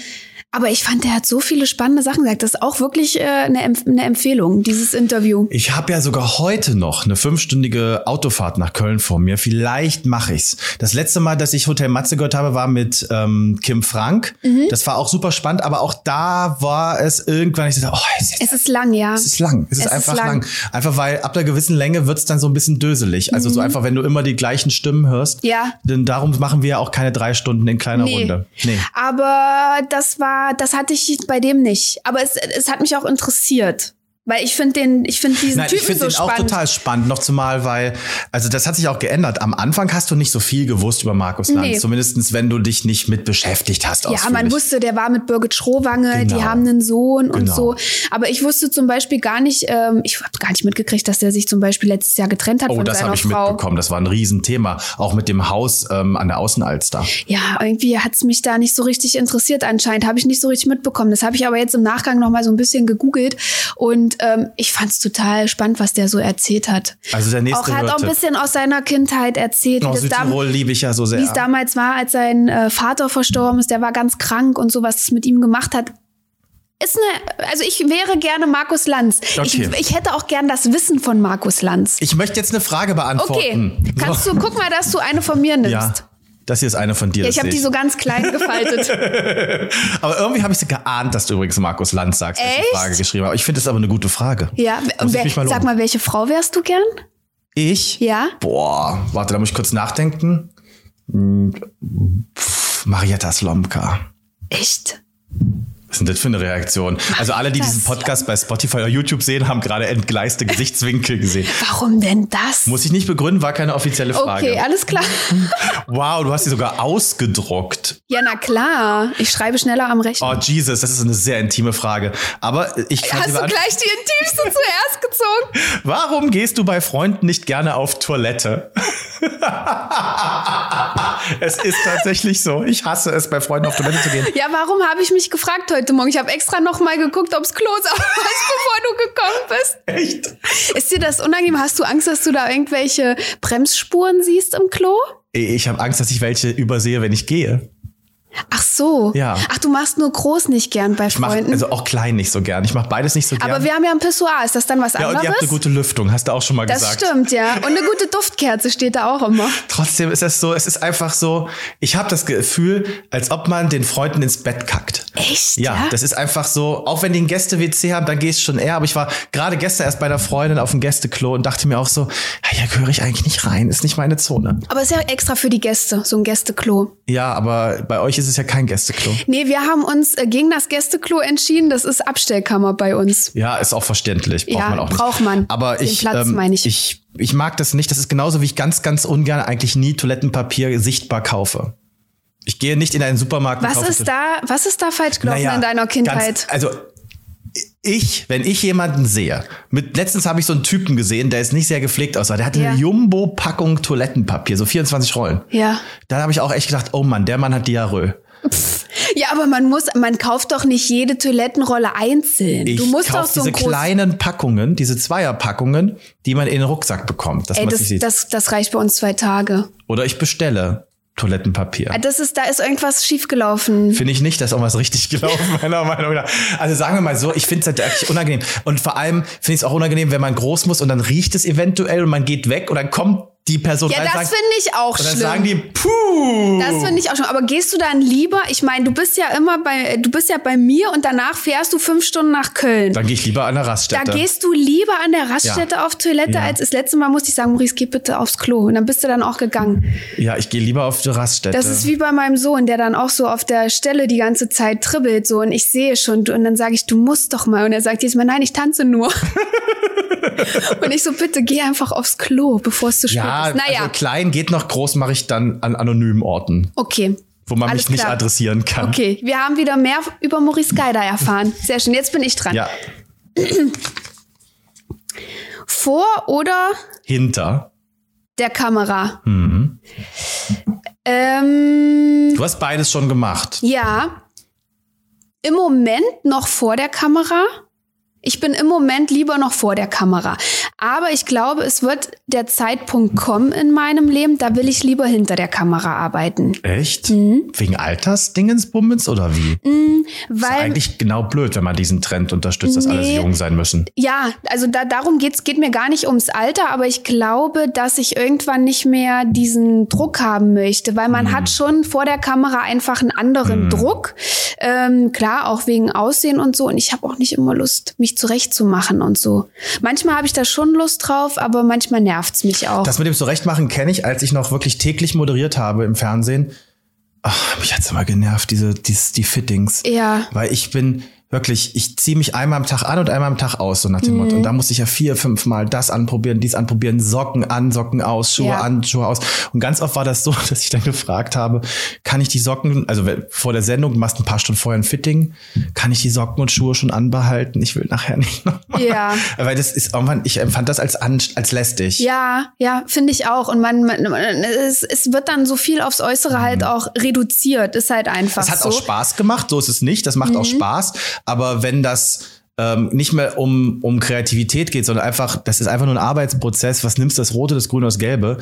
S3: aber ich fand, der hat so viele spannende Sachen gesagt. Das ist auch wirklich äh, eine, Empf eine Empfehlung, dieses Interview.
S4: Ich habe ja sogar heute noch eine fünfstündige Autofahrt nach Köln vor mir. Vielleicht mache ich's. Das letzte Mal, dass ich Hotel Matze gehört habe, war mit ähm, Kim Frank. Das war auch super spannend, aber auch da war es irgendwann, ich dachte, oh, es ist,
S3: Es ist lang, ja.
S4: es ist lang. Es
S3: Es
S4: ist
S3: ist
S4: einfach
S3: lang.
S4: lang. Einfach weil ab einer gewissen Länge wird's dann so ein bisschen döselig. Also so einfach, wenn du immer die gleichen Stimmen hörst.
S3: Ja.
S4: Denn darum machen wir ja auch keine drei Stunden in kleiner
S3: Nee.
S4: Runde. Nee.
S3: Aber das war, das hatte ich bei dem nicht. Aber es, es hat mich auch interessiert. Weil ich finde den, ich finde diesen
S4: Nein, ich
S3: Typen
S4: finde
S3: so
S4: den auch
S3: spannend.
S4: total spannend, noch zumal, weil, also das hat sich auch geändert. Am Anfang hast du nicht so viel gewusst über Markus Lanz,
S3: Nee.
S4: zumindest wenn du dich nicht mit beschäftigt hast.
S3: Ja, man
S4: ausführlich.
S3: wusste, der war mit Birgit Schrowange,
S4: Genau.
S3: die haben einen Sohn und
S4: Genau.
S3: so. Aber ich wusste zum Beispiel gar nicht, ähm, ich habe gar nicht mitgekriegt, dass der sich zum Beispiel letztes Jahr getrennt hat
S4: Oh,
S3: von
S4: das
S3: seiner
S4: habe ich
S3: Frau.
S4: mitbekommen. Das war ein Riesenthema. Auch mit dem Haus ähm, an der Außenalster.
S3: Ja, irgendwie hat's mich da nicht so richtig interessiert anscheinend, habe ich nicht so richtig mitbekommen. Das habe ich aber jetzt im Nachgang noch mal so ein bisschen gegoogelt und ähm, ich fand's total spannend, was der so erzählt hat.
S4: Also der nächste
S3: Auch er hat auch ein
S4: hörte.
S3: bisschen aus seiner Kindheit erzählt,
S4: Oh,
S3: wie das damals
S4: Südtirol liebe ich ja so sehr.
S3: wie es damals war, als sein äh, Vater verstorben ist, der war ganz krank und so, was es mit ihm gemacht hat. Ist eine, also ich wäre gerne Markus Lanz.
S4: Okay.
S3: Ich, ich hätte auch gern das Wissen von Markus Lanz.
S4: ich möchte jetzt eine Frage
S3: Okay,
S4: beantworten.
S3: kannst du, guck mal, dass du eine von mir nimmst.
S4: Ja.
S3: Ja,
S4: Das hier ist eine von dir. das
S3: ich habe
S4: sehe
S3: die so ganz klein gefaltet.
S4: aber irgendwie habe ich so geahnt, dass du übrigens Markus Lanz sagst, dass ich
S3: Echt?
S4: die Frage geschrieben habe. Ich finde es aber eine gute Frage.
S3: ja,
S4: Muss ich
S3: wer,
S4: mich mal
S3: sag
S4: loben.
S3: mal, welche Frau wärst du gern?
S4: Ich?
S3: Ja?
S4: Boah, warte, da muss ich kurz nachdenken. Hm, Pff, Marietta Slomka.
S3: Echt?
S4: Was ist denn das für eine Reaktion? Also alle, die diesen Podcast bei Spotify oder YouTube sehen, haben gerade entgleiste Gesichtswinkel gesehen.
S3: Warum denn das?
S4: Muss ich nicht begründen, war keine offizielle Frage.
S3: okay, alles klar.
S4: Wow, du hast sie sogar ausgedruckt.
S3: Ja, na klar. Ich schreibe schneller am Rechner.
S4: Oh Jesus, das ist eine sehr intime Frage. Aber ich kann
S3: Hast
S4: sie
S3: du
S4: beantworten.
S3: gleich die intimste zuerst gezogen?
S4: Warum gehst du bei Freunden nicht gerne auf Toilette? es ist tatsächlich so. Ich hasse es, bei Freunden auf Toilette zu gehen.
S3: Ja, warum habe ich mich gefragt heute Morgen? Ich habe extra noch mal geguckt, ob's Klo sauber ist, bevor du gekommen bist.
S4: Echt?
S3: Ist dir das unangenehm? Hast du Angst, dass du da irgendwelche Bremsspuren siehst im Klo?
S4: Ich habe Angst, dass ich welche übersehe, wenn ich gehe.
S3: Ach so.
S4: Ja.
S3: Ach, du machst nur groß nicht gern bei
S4: Ich mach
S3: Freunden.
S4: also auch klein nicht so gern. Ich mache beides nicht so gern.
S3: aber wir haben ja ein Pissoir. Ist das dann was
S4: ja, und
S3: anderes?
S4: ihr habt eine gute Lüftung, hast du auch schon mal
S3: das
S4: gesagt.
S3: stimmt, ja. Und eine gute Duftkerze steht da auch immer.
S4: Trotzdem ist das so, es ist einfach so, ich habe das Gefühl, als ob man den Freunden ins Bett kackt.
S3: Echt?
S4: Ja, das ist einfach so, auch wenn die einen Gäste-WC haben, dann gehst schon eher. Aber ich war gerade gestern erst bei einer Freundin auf dem Gästeklo und dachte mir auch so, ja, hier gehöre ich eigentlich nicht rein, ist nicht meine Zone.
S3: aber ist ja extra für die Gäste, so ein Gästeklo.
S4: Ja, aber bei euch ist es ja kein Gästeklo.
S3: Nee, wir haben uns äh, gegen das Gästeklo entschieden. Das ist Abstellkammer bei uns.
S4: Ja, ist auch verständlich. Braucht
S3: Ja,
S4: man auch nicht.
S3: braucht man.
S4: Aber
S3: Den
S4: ich,
S3: Platz
S4: ähm,
S3: meine ich.
S4: ich. Ich mag das nicht. Das ist genauso, wie ich ganz, ganz ungern eigentlich nie Toilettenpapier sichtbar kaufe. Ich gehe nicht in einen Supermarkt und
S3: Was
S4: kaufe
S3: ist da, was ist da falsch gelaufen in deiner
S4: Ganz,
S3: Kindheit?
S4: also ich, wenn ich jemanden sehe, mit letztens habe ich so einen Typen gesehen, der ist nicht sehr gepflegt aussah. Der hatte
S3: Ja.
S4: eine Jumbo-Packung Toilettenpapier, so 24 Rollen.
S3: ja.
S4: Da habe ich auch echt gedacht, oh Mann, der Mann hat Diarrhoe.
S3: Ja, aber man muss, man kauft doch nicht jede Toilettenrolle einzeln.
S4: Ich
S3: du musst
S4: kauf
S3: doch so
S4: diese
S3: ein großes.
S4: kleinen Packungen, diese Zweierpackungen, die man in den Rucksack bekommt, dass
S3: Ey,
S4: man
S3: das,
S4: sie sieht.
S3: das, das reicht bei uns zwei Tage.
S4: Oder ich bestelle Toilettenpapier.
S3: Das ist, da ist irgendwas schiefgelaufen.
S4: Finde ich nicht, dass irgendwas richtig gelaufen, meiner Meinung nach. Also sagen wir mal so, ich finde es halt wirklich unangenehm. Und vor allem finde ich es auch unangenehm, wenn man groß muss und dann riecht es eventuell und man geht weg und dann kommt die Person
S3: Ja,
S4: rein und
S3: das
S4: sagt,
S3: finde ich auch
S4: und dann
S3: schlimm.
S4: sagen die, puh.
S3: das finde ich auch schlimm. Aber gehst du dann lieber? Ich meine, du bist ja immer bei, du bist ja bei mir und danach fährst du fünf Stunden nach Köln.
S4: dann gehe ich lieber an der
S3: Da
S4: Raststätte.
S3: gehst du lieber an der Raststätte
S4: Ja.
S3: auf Toilette,
S4: Ja.
S3: als das letzte Mal musste ich sagen, Maurice, geh bitte aufs Klo. Und dann bist du dann auch gegangen.
S4: ja, ich gehe lieber auf die Raststätte.
S3: Das ist wie bei meinem Sohn, der dann auch so auf der Stelle die ganze Zeit tribbelt so und ich sehe schon du- und dann sage ich, du musst doch mal und er sagt jedes Mal, nein, ich tanze nur. und ich so, bitte geh einfach aufs Klo, bevor es zu spät
S4: ja,
S3: ist. Naja,
S4: also klein geht noch, groß mache ich dann an anonymen Orten,
S3: okay.
S4: wo man
S3: Alles
S4: mich nicht
S3: klar.
S4: adressieren kann.
S3: Okay, wir haben wieder mehr über Maurice Geider erfahren. Sehr schön, jetzt bin ich dran.
S4: Ja,
S3: Vor oder
S4: hinter.
S3: der Kamera?
S4: Mhm.
S3: Ähm,
S4: Du hast beides schon gemacht.
S3: ja. Im Moment noch vor der Kamera. Ich bin im Moment lieber noch vor der Kamera. Aber ich glaube, es wird der Zeitpunkt kommen in meinem Leben, da will ich lieber hinter der Kamera arbeiten.
S4: Echt?
S3: Mhm.
S4: Wegen Altersdingensbummens oder wie? ist ja
S3: Weil
S4: eigentlich genau blöd, wenn man diesen Trend unterstützt, dass alle
S3: Nee.
S4: jung sein müssen.
S3: Ja, also da, darum geht's, geht mir gar nicht ums Alter, aber ich glaube, dass ich irgendwann nicht mehr diesen Druck haben möchte, weil man
S4: Mhm.
S3: hat schon vor der Kamera einfach einen anderen Druck. Ähm, klar, auch wegen Aussehen und so. Und ich habe auch nicht immer Lust, mich zurechtzumachen und so. Manchmal habe ich da schon Lust drauf, aber manchmal nervt's mich auch.
S4: Das mit dem Zurechtmachen kenne ich, als ich noch wirklich täglich moderiert habe im Fernsehen. Ach, mich hat's immer genervt, diese, dies, die Fittings.
S3: Ja.
S4: Weil ich bin wirklich, ich ziehe mich einmal am Tag an und einmal am Tag aus, so nach dem
S3: Mhm.
S4: Motto. Und da muss ich ja vier, fünf Mal das anprobieren, dies anprobieren, Socken an, Socken aus, Schuhe
S3: Ja.
S4: an, Schuhe aus. Und ganz oft war das so, dass ich dann gefragt habe, kann ich die Socken, also wenn- vor der Sendung, du machst ein paar Stunden vorher ein Fitting, kann ich die Socken und Schuhe schon anbehalten? Ich will nachher nicht nochmal.
S3: Ja.
S4: Weil das ist irgendwann, ich empfand das als, an, als lästig.
S3: Ja, ja, finde ich auch. Und man, man es, es wird dann so viel aufs Äußere halt auch reduziert. Ist halt einfach
S4: Mhm. Es hat
S3: so. Mhm.
S4: auch Spaß gemacht, so ist es nicht. Das macht auch Spaß. Aber wenn das ähm, nicht mehr um, um Kreativität geht, sondern einfach, das ist einfach nur ein Arbeitsprozess. Was nimmst du das Rote, das Grüne, das Gelbe?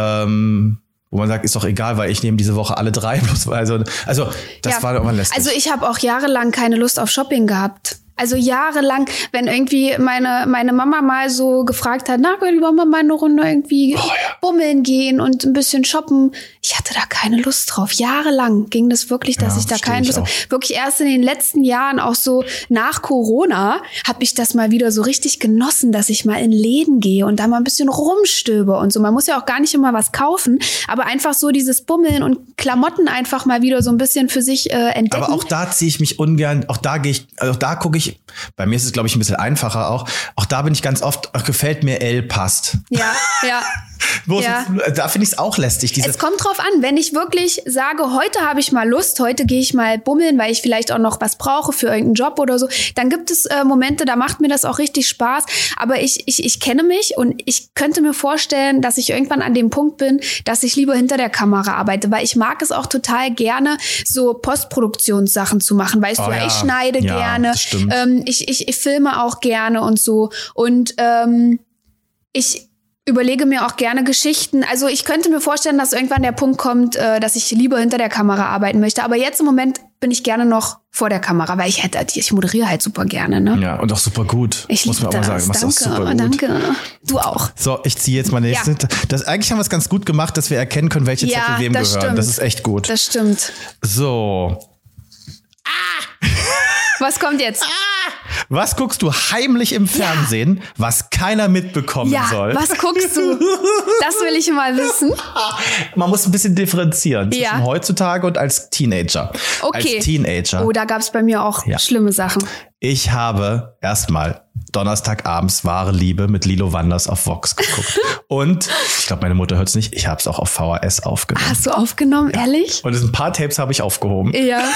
S4: Ähm, wo man sagt, ist doch egal, weil ich nehme diese Woche alle drei. Bloß, also, also, das
S3: Ja.
S4: war irgendwann lästig.
S3: Also ich habe auch jahrelang keine Lust auf Shopping gehabt. Also jahrelang, wenn irgendwie meine, meine Mama mal so gefragt hat, na, wollen wir mal eine Runde
S4: Oh,
S3: irgendwie bummeln gehen und ein bisschen shoppen. Ich hatte da keine Lust drauf. Jahrelang ging das wirklich, dass
S4: Ja,
S3: ich da
S4: versteh
S3: keine
S4: ich
S3: Lust habe. Wirklich erst in den letzten Jahren, auch so nach Corona, habe ich das mal wieder so richtig genossen, dass ich mal in Läden gehe und da mal ein bisschen rumstöbe und so. Man muss ja auch gar nicht immer was kaufen, aber einfach so dieses Bummeln und Klamotten einfach mal wieder so ein bisschen für sich äh, entdecken.
S4: Aber auch da ziehe ich mich ungern, auch da gehe ich, also auch da gucke ich, bei mir ist es, glaube ich, ein bisschen einfacher auch. Auch da bin ich ganz oft, ach, gefällt mir L passt.
S3: Ja, ja.
S4: Wo
S3: Ja.
S4: ist es- Da finde ich es auch lästig. Diese,
S3: Es kommt drauf an, wenn ich wirklich sage, heute habe ich mal Lust, heute gehe ich mal bummeln, weil ich vielleicht auch noch was brauche für irgendeinen Job oder so, dann gibt es äh, Momente, da macht mir das auch richtig Spaß. Aber ich, ich, ich kenne mich und ich könnte mir vorstellen, dass ich irgendwann an dem Punkt bin, dass ich lieber hinter der Kamera arbeite, weil ich mag es auch total gerne, so Postproduktionssachen zu machen. Weißt
S4: Oh
S3: du,
S4: ja.
S3: ich schneide
S4: Ja,
S3: gerne,
S4: das stimmt.
S3: ähm, ich, ich, ich filme auch gerne und so. Und ähm, ich überlege mir auch gerne Geschichten. Also ich könnte mir vorstellen, dass irgendwann der Punkt kommt, äh, dass ich lieber hinter der Kamera arbeiten möchte. Aber jetzt im Moment bin ich gerne noch vor der Kamera, weil ich hätte, ich moderiere halt super gerne. Ne?
S4: Ja, und auch super gut.
S3: Ich
S4: muss
S3: liebe
S4: man auch
S3: das.
S4: mal sagen. Machst
S3: danke,
S4: auch super gut.
S3: danke. Du auch.
S4: So, ich ziehe jetzt meine nächste. Das, eigentlich haben wir es ganz gut gemacht, dass wir erkennen können, welche
S3: Ja,
S4: Zettel wem
S3: das
S4: gehören.
S3: stimmt.
S4: Das ist echt gut.
S3: Das stimmt.
S4: so.
S3: Was kommt jetzt?
S4: Ah. Was guckst du heimlich im Fernsehen, was keiner mitbekommen
S3: Ja,
S4: soll?
S3: was guckst du? Das will ich mal wissen.
S4: Man muss ein bisschen differenzieren zwischen
S3: Ja.
S4: heutzutage und als Teenager.
S3: Okay.
S4: Als Teenager.
S3: Oh, da gab es bei mir auch
S4: Ja.
S3: schlimme Sachen.
S4: Ich habe erstmal Donnerstagabends wahre Liebe mit Lilo Wanders auf Vox geguckt. und ich glaube, meine Mutter hört es nicht. Ich habe es auch auf VHS aufgenommen.
S3: Hast du aufgenommen, ehrlich?
S4: Und es ein paar Tapes habe ich aufgehoben.
S3: Ja. Geil.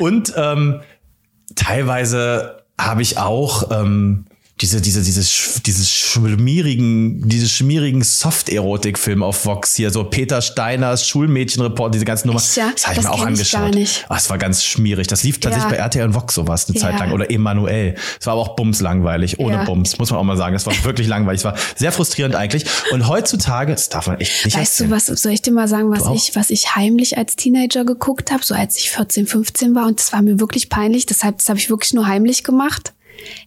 S4: Und ähm, teilweise habe ich auch ähm, diese, diese, dieses, sch- dieses schmierigen, diese schmierigen Soft-Erotik-Film auf Vox hier, so Peter Steiners Schulmädchenreport, diese ganze Nummer.
S3: Echt, ja?
S4: Das habe ich
S3: Das
S4: mir auch
S3: kenn ich
S4: angeschaut.
S3: gar nicht.
S4: Ach, es war ganz schmierig. Das lief tatsächlich
S3: Ja.
S4: bei RTL und Vox sowas eine
S3: Ja.
S4: Zeit lang. Oder Emanuel. Es war aber auch bumslangweilig, ohne
S3: Ja.
S4: Bums, muss man auch mal sagen. Das war wirklich langweilig. Es war sehr frustrierend eigentlich. Und heutzutage, das darf man echt nicht
S3: Weißt
S4: erzählen.
S3: du, was soll ich dir mal sagen, was
S4: Du auch?
S3: ich, was ich heimlich als Teenager geguckt habe, so als ich 14, 15 war und das war mir wirklich peinlich, deshalb das habe ich wirklich nur heimlich gemacht.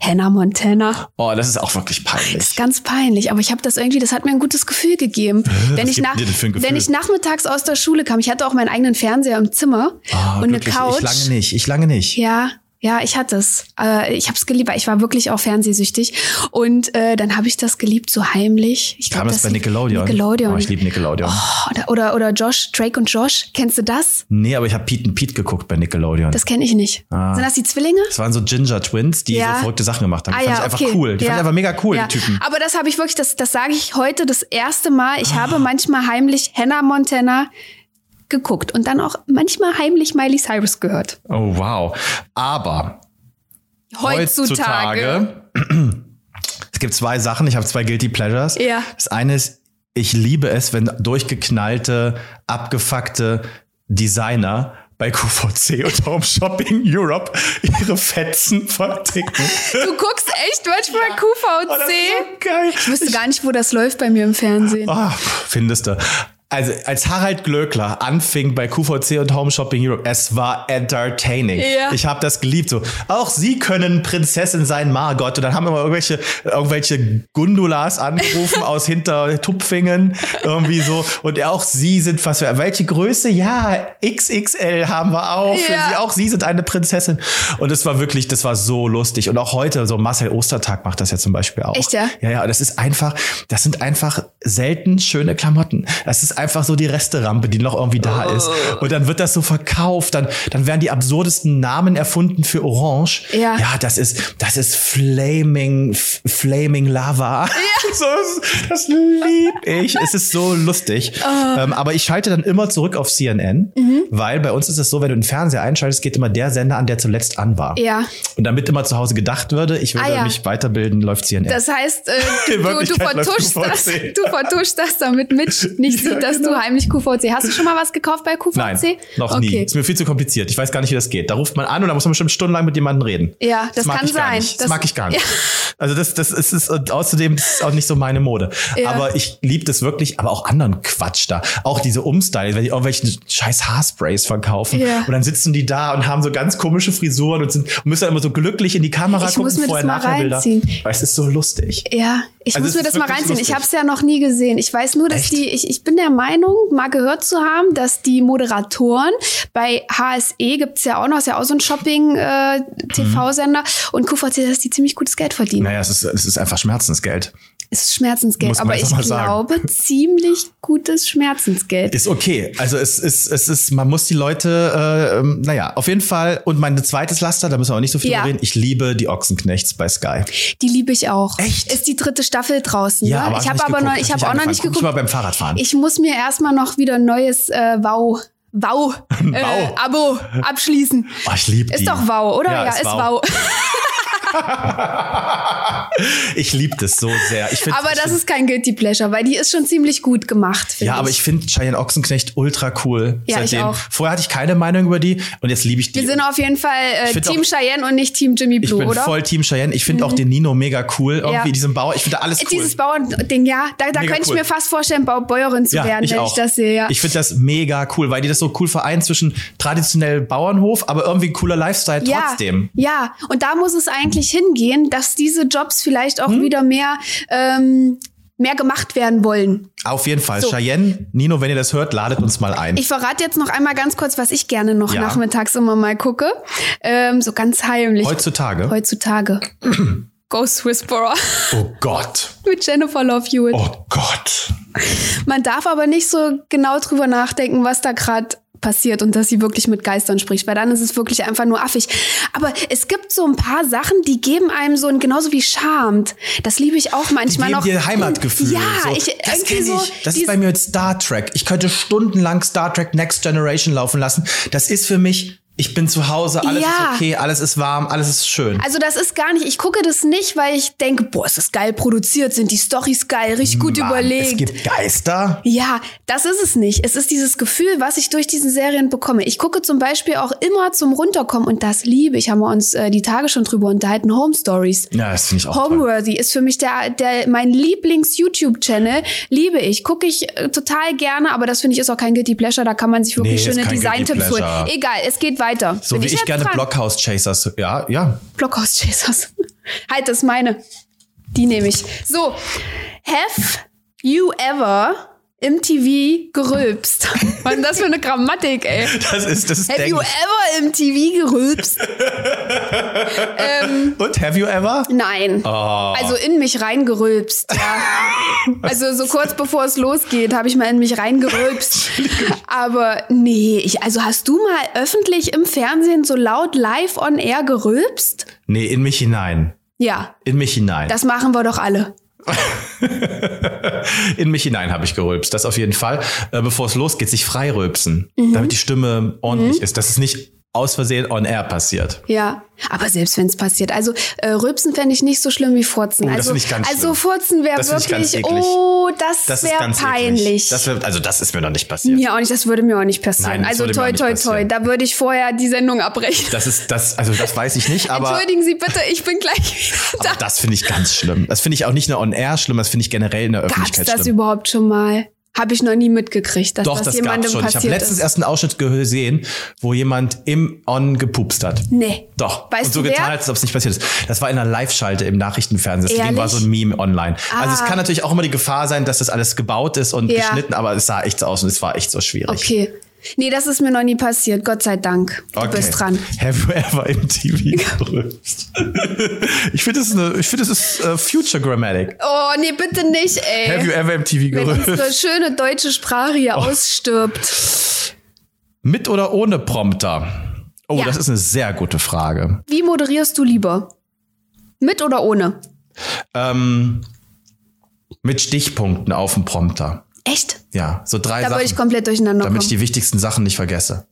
S3: Hannah Montana.
S4: Oh, das ist auch wirklich peinlich.
S3: Das ist ganz peinlich, aber ich habe das irgendwie, das hat mir ein gutes Gefühl gegeben. Wenn, ich,
S4: gibt
S3: nach,
S4: dir denn für ein Gefühl?
S3: wenn ich nachmittags aus der Schule kam, ich hatte auch meinen eigenen Fernseher im Zimmer
S4: Ah,
S3: und eine
S4: glücklich.
S3: Couch.
S4: Ich lange nicht, ich lange nicht.
S3: Ja, ja, ich hatte es. Äh, ich habe es geliebt, weil ich war wirklich auch fernsehsüchtig. Und äh, dann habe ich das geliebt, so heimlich. Ich
S4: Kam
S3: glaube,
S4: das bei Nickelodeon?
S3: Nickelodeon.
S4: Oh, ich liebe Nickelodeon.
S3: Oh, oder, oder, oder Josh, Drake und Josh. Kennst du das?
S4: Nee, aber ich habe Pete and Pete geguckt bei Nickelodeon. Das,
S3: Das kenne ich nicht.
S4: Ah.
S3: Sind das die Zwillinge?
S4: waren so Ginger Twins, die
S3: Ja.
S4: so verrückte Sachen gemacht haben. Die
S3: Ah,
S4: fand
S3: ja,
S4: ich einfach
S3: okay.
S4: cool. Die
S3: ja.
S4: fand ich einfach mega cool,
S3: ja.
S4: die Typen.
S3: Aber das habe ich wirklich, das, das sage ich heute das erste Mal.
S4: Ah.
S3: Ich habe manchmal heimlich Hannah Montana geguckt und dann auch manchmal heimlich Miley Cyrus gehört.
S4: Oh, wow. Aber
S3: Heutzutage.
S4: heutzutage. Es gibt zwei Sachen, ich habe zwei Guilty Pleasures.
S3: Ja.
S4: Das eine ist, ich liebe es, wenn durchgeknallte, abgefuckte Designer bei QVC und Home Shopping Europe ihre Fetzen verticken.
S3: Du guckst echt manchmal
S4: Oh, das
S3: QVC.
S4: ist so geil.
S3: Ich wüsste gar nicht, wo das läuft bei mir im Fernsehen.
S4: Ah, findest du. Also, als Harald Glöckler anfing bei QVC und Home Shopping Europe, es war entertaining.
S3: Ja.
S4: Ich habe das geliebt. So, auch sie können Prinzessin sein, Margot. Und dann haben immer irgendwelche, irgendwelche Gundulas angerufen aus hinter Tupfingen. Irgendwie so. Und auch sie sind was für, welche Größe? Ja, XXL haben wir auch. Für
S3: Ja.
S4: sie, auch sie sind eine Prinzessin. Und es war wirklich, das war so lustig. Und auch heute, so Marcel Ostertag macht das ja zum Beispiel auch.
S3: Echt, ja?
S4: Ja, ja, das ist einfach, das sind einfach selten schöne Klamotten. Das ist einfach so die Resterampe, die noch irgendwie da
S3: Oh.
S4: ist. Und dann wird das so verkauft, dann, dann werden die absurdesten Namen erfunden für Orange.
S3: Ja.
S4: Ja, das ist, das ist Flaming, F- Flaming Lava. Ja. So, das lieb ich. Es ist so lustig.
S3: Oh.
S4: Ähm, aber ich schalte dann immer zurück auf CNN,
S3: Mhm.
S4: weil bei uns ist es so, wenn du den Fernseher einschaltest, geht immer der Sender an, der zuletzt an war.
S3: Ja.
S4: Und damit immer zu Hause gedacht würde, ich würde
S3: Ah, ja.
S4: mich weiterbilden, läuft CNN.
S3: Das heißt, äh,
S4: In
S3: du, du,
S4: Wirklichkeit läuft
S3: vertuschst
S4: QVC.
S3: das, du vertuschst das, damit Mitch nicht
S4: Ja,
S3: sieht, dass
S4: genau.
S3: du heimlich QVC. Hast du schon mal was gekauft bei QVC?
S4: Nein, noch nie.
S3: okay.
S4: Ist mir viel zu kompliziert. Ich weiß gar nicht, wie das geht. Da ruft man an und da muss man bestimmt stundenlang mit jemandem reden.
S3: Ja, das
S4: mag
S3: kann
S4: ich Gar
S3: sein.
S4: nicht. Das,
S3: Das-
S4: mag ich gar nicht.
S3: Ja.
S4: Also das, das ist, ist und außerdem das ist auch nicht so meine Mode.
S3: Ja.
S4: Aber ich liebe das wirklich, aber auch anderen Quatsch da. Auch diese Umstyle, wenn die irgendwelchen scheiß Haarsprays verkaufen
S3: Ja.
S4: und dann sitzen die da und haben so ganz komische Frisuren und, sind, und müssen dann immer so glücklich in die Kamera
S3: Ich
S4: gucken,
S3: muss mir das
S4: vorher
S3: mal
S4: nachher Bilder.
S3: reinziehen.
S4: Weil es ist so lustig.
S3: Ja, ich
S4: Also
S3: muss
S4: es
S3: mir das
S4: ist
S3: mal
S4: wirklich
S3: reinziehen. Ich
S4: lustig.
S3: habe es ja noch nie gesehen. Ich weiß nur, dass
S4: Echt?
S3: die, ich, ich bin der Meinung, mal gehört zu haben, dass die Moderatoren bei HSE gibt's ja auch noch, ist ja auch so ein Shopping-TV-Sender
S4: Mhm.
S3: und QVC, dass die ziemlich gutes Geld verdienen.
S4: Naja, es ist, es ist einfach Schmerzensgeld.
S3: Es ist Schmerzensgeld,
S4: Muss man
S3: aber ich
S4: einfach mal sagen.
S3: glaube, ziemlich gutes Schmerzensgeld.
S4: Ist okay. Also es ist, es ist, man muss die Leute, äh, ähm, naja, auf jeden Fall. Und mein zweites Laster, da müssen wir auch nicht so viel
S3: Ja.
S4: drüber reden. Ich liebe die Ochsenknechts bei Sky.
S3: Die liebe ich auch.
S4: Echt?
S3: Ist die dritte Staffel draußen. ne? ich habe aber noch, ich habe auch noch nicht
S4: Ich mal
S3: geguckt.
S4: beim Fahrradfahren.
S3: Ich muss mir erstmal noch wieder ein neues äh, Wow. Wow. Äh, Abo abschließen.
S4: oh, ich liebe die.
S3: Ist doch wow, oder?
S4: Ja,
S3: Ja,
S4: ist
S3: ist,
S4: wow.
S3: wow.
S4: Ah, Ich liebe das so sehr. Ich find,
S3: Aber
S4: ich
S3: das
S4: find,
S3: ist kein Guilty Pleasure, weil die ist schon ziemlich gut gemacht. finde
S4: ja, aber ich finde Cheyenne Ochsenknecht ultra cool.
S3: Ja, ich auch.
S4: Vorher hatte ich keine Meinung über die und jetzt liebe ich die.
S3: Wir sind auf jeden Fall äh,
S4: Ich find
S3: Team
S4: auch-
S3: Cheyenne und nicht Team Jimmy
S4: ich
S3: Blue,
S4: bin
S3: oder? Mhm.
S4: voll Team Cheyenne. Ich finde auch den Nino mega cool. Irgendwie
S3: Ja.
S4: diesen Bauer. Ich finde da alles cool.
S3: Äh, Dieses Bauernding, ja, da, da
S4: Mega
S3: könnte ich
S4: cool.
S3: mir fast vorstellen, Bau- Bäuerin zu werden, wenn ich das sehe. Ja.
S4: Ich finde das mega cool, weil die das so cool vereint zwischen traditionell Bauernhof, aber irgendwie cooler Lifestyle trotzdem.
S3: Ja, und da muss es eigentlich hingehen, dass diese Jobs vielleicht
S4: Hm?
S3: auch wieder mehr, ähm, mehr gemacht werden wollen.
S4: Auf jeden Fall.
S3: So.
S4: Cheyenne, Nino, wenn ihr das hört, ladet uns mal ein.
S3: Ich verrate jetzt noch einmal ganz kurz, was ich gerne noch
S4: Ja.
S3: nachmittags immer mal gucke. Ähm, so ganz heimlich.
S4: Heutzutage.
S3: Heutzutage. Ghost Whisperer
S4: oh Gott.
S3: mit Jennifer Love Hewitt.
S4: Oh Gott.
S3: Man darf aber nicht so genau drüber nachdenken, was da gerade passiert und dass sie wirklich mit Geistern spricht, weil dann ist es wirklich einfach nur affig. Aber es gibt so ein paar Sachen, die geben einem so ein, genauso wie Charmed. Das liebe ich auch manchmal
S4: Geben
S3: noch.
S4: dir Heimatgefühl.
S3: Ja,
S4: so.
S3: ich
S4: das
S3: irgendwie
S4: kenn
S3: so.
S4: ich. Das ist
S3: dies-
S4: bei mir mit Star Trek. Ich könnte stundenlang Star Trek Next Generation laufen lassen. Das ist für mich, ich bin zu Hause, alles
S3: Ja.
S4: ist okay, alles ist warm, alles ist schön.
S3: also das ist gar nicht, ich gucke das nicht, weil ich denke, boah, ist das geil produziert, sind die Storys geil, richtig gut
S4: Mann, Es
S3: überlegt.
S4: gibt Geister.
S3: Ja, das ist es nicht. Es ist dieses Gefühl, was ich durch diesen Serien bekomme. Ich gucke zum Beispiel auch immer zum Runterkommen und das liebe ich. Haben wir uns äh, die Tage schon drüber unterhalten. Home Stories.
S4: Ja, das finde ich auch toll.
S3: Homeworthy ist für mich der, der mein Lieblings-YouTube-Channel. Liebe ich. Gucke ich äh, total gerne, aber das finde ich ist auch kein Guilty Pleasure. Da kann man sich
S4: Nee,
S3: wirklich
S4: ist
S3: schöne
S4: kein Guilty
S3: Design-Tipps holen.
S4: Pleasure.
S3: Egal, es geht weiter.
S4: So wie ich
S3: jetzt
S4: gerne
S3: dran?
S4: Blockhouse Chasers. Ja, ja.
S3: Blockhaus Jesus. halt, das ist meine. Die nehme ich. So, have you ever im TV gerülpst? Was ist denn das für eine Grammatik, ey?
S4: Das ist das ist
S3: Have you
S4: Denken.
S3: ever im TV gerülpst?
S4: Und have you ever?
S3: Nein. Also in mich reingerülpst, ja. also so kurz bevor es losgeht, habe ich mal in mich reingerülpst. Aber nee, ich, also hast du mal öffentlich im Fernsehen so laut live on air gerülpst?
S4: Nee, in mich hinein.
S3: Ja,
S4: In mich hinein.
S3: das machen wir doch alle.
S4: in mich hinein habe ich gerülpst. Das auf jeden Fall. Äh, bevor es losgeht, sich freirülpsen.
S3: Mhm.
S4: Damit die Stimme ordentlich ist. Dass es nicht aus Versehen on air passiert.
S3: Ja, aber selbst wenn es passiert. Also äh, Rülpsen fände ich nicht so schlimm wie Furzen.
S4: Oh,
S3: also,
S4: das finde ich ganz
S3: also
S4: schlimm.
S3: Furzen wäre
S4: Das finde ich ganz
S3: wirklich,
S4: eklig.
S3: oh, das,
S4: Das ist
S3: wäre
S4: ganz Eklig.
S3: peinlich.
S4: Das wär, also das ist mir noch nicht passiert.
S3: mir auch nicht, das würde mir auch nicht passieren.
S4: Nein, das
S3: also
S4: würde mir auch
S3: toi,
S4: nicht
S3: toi, toi.
S4: passieren.
S3: Da würde ich vorher die Sendung abbrechen.
S4: Das ist das. Also das weiß ich nicht. Aber
S3: Entschuldigen Sie bitte, ich bin gleich wieder da.
S4: aber das finde ich ganz schlimm. Das finde ich auch nicht nur on air schlimm. Das finde ich generell in der
S3: Gab's
S4: Öffentlichkeit
S3: das
S4: halt schlimm.
S3: überhaupt schon mal? Habe ich noch nie mitgekriegt, dass
S4: Doch,
S3: das,
S4: das,
S3: jemandem
S4: gab's schon. Ich habe
S3: passiert
S4: letztens
S3: ist.
S4: erst einen Ausschnitt gesehen, wo jemand im On gepupst hat.
S3: Nee.
S4: Doch.
S3: Weißt
S4: und so
S3: du
S4: getan,
S3: wer?
S4: als ob es nicht passiert ist. Das war in einer Live-Schalte im Nachrichtenfernsehen. Das Ding
S3: Ehrlich?
S4: war so ein Meme online. Also es
S3: Ah.
S4: kann natürlich auch immer die Gefahr sein, dass das alles gebaut ist und
S3: Ja.
S4: geschnitten, aber es sah echt so aus und es war echt so schwierig.
S3: Okay. Nee, das ist mir noch nie passiert. Gott sei Dank. Du
S4: Okay.
S3: bist dran.
S4: Have you ever im TV gerülpst? ich finde, das ist, eine, ich find, das ist äh, Future Grammatic.
S3: Oh, nee, bitte nicht, ey.
S4: Have you ever im TV
S3: wenn
S4: gerülpst?
S3: unsere schöne deutsche Sprache
S4: Oh.
S3: hier ausstirbt.
S4: Mit oder ohne Prompter? Oh,
S3: Ja.
S4: das ist eine sehr gute Frage.
S3: Wie moderierst du lieber? Mit oder ohne?
S4: Ähm, mit Stichpunkten auf dem Prompter.
S3: Echt?
S4: Ja, so drei
S3: Da würde
S4: Sachen,
S3: ich komplett durcheinander
S4: damit ich
S3: kommen.
S4: die wichtigsten Sachen nicht vergesse.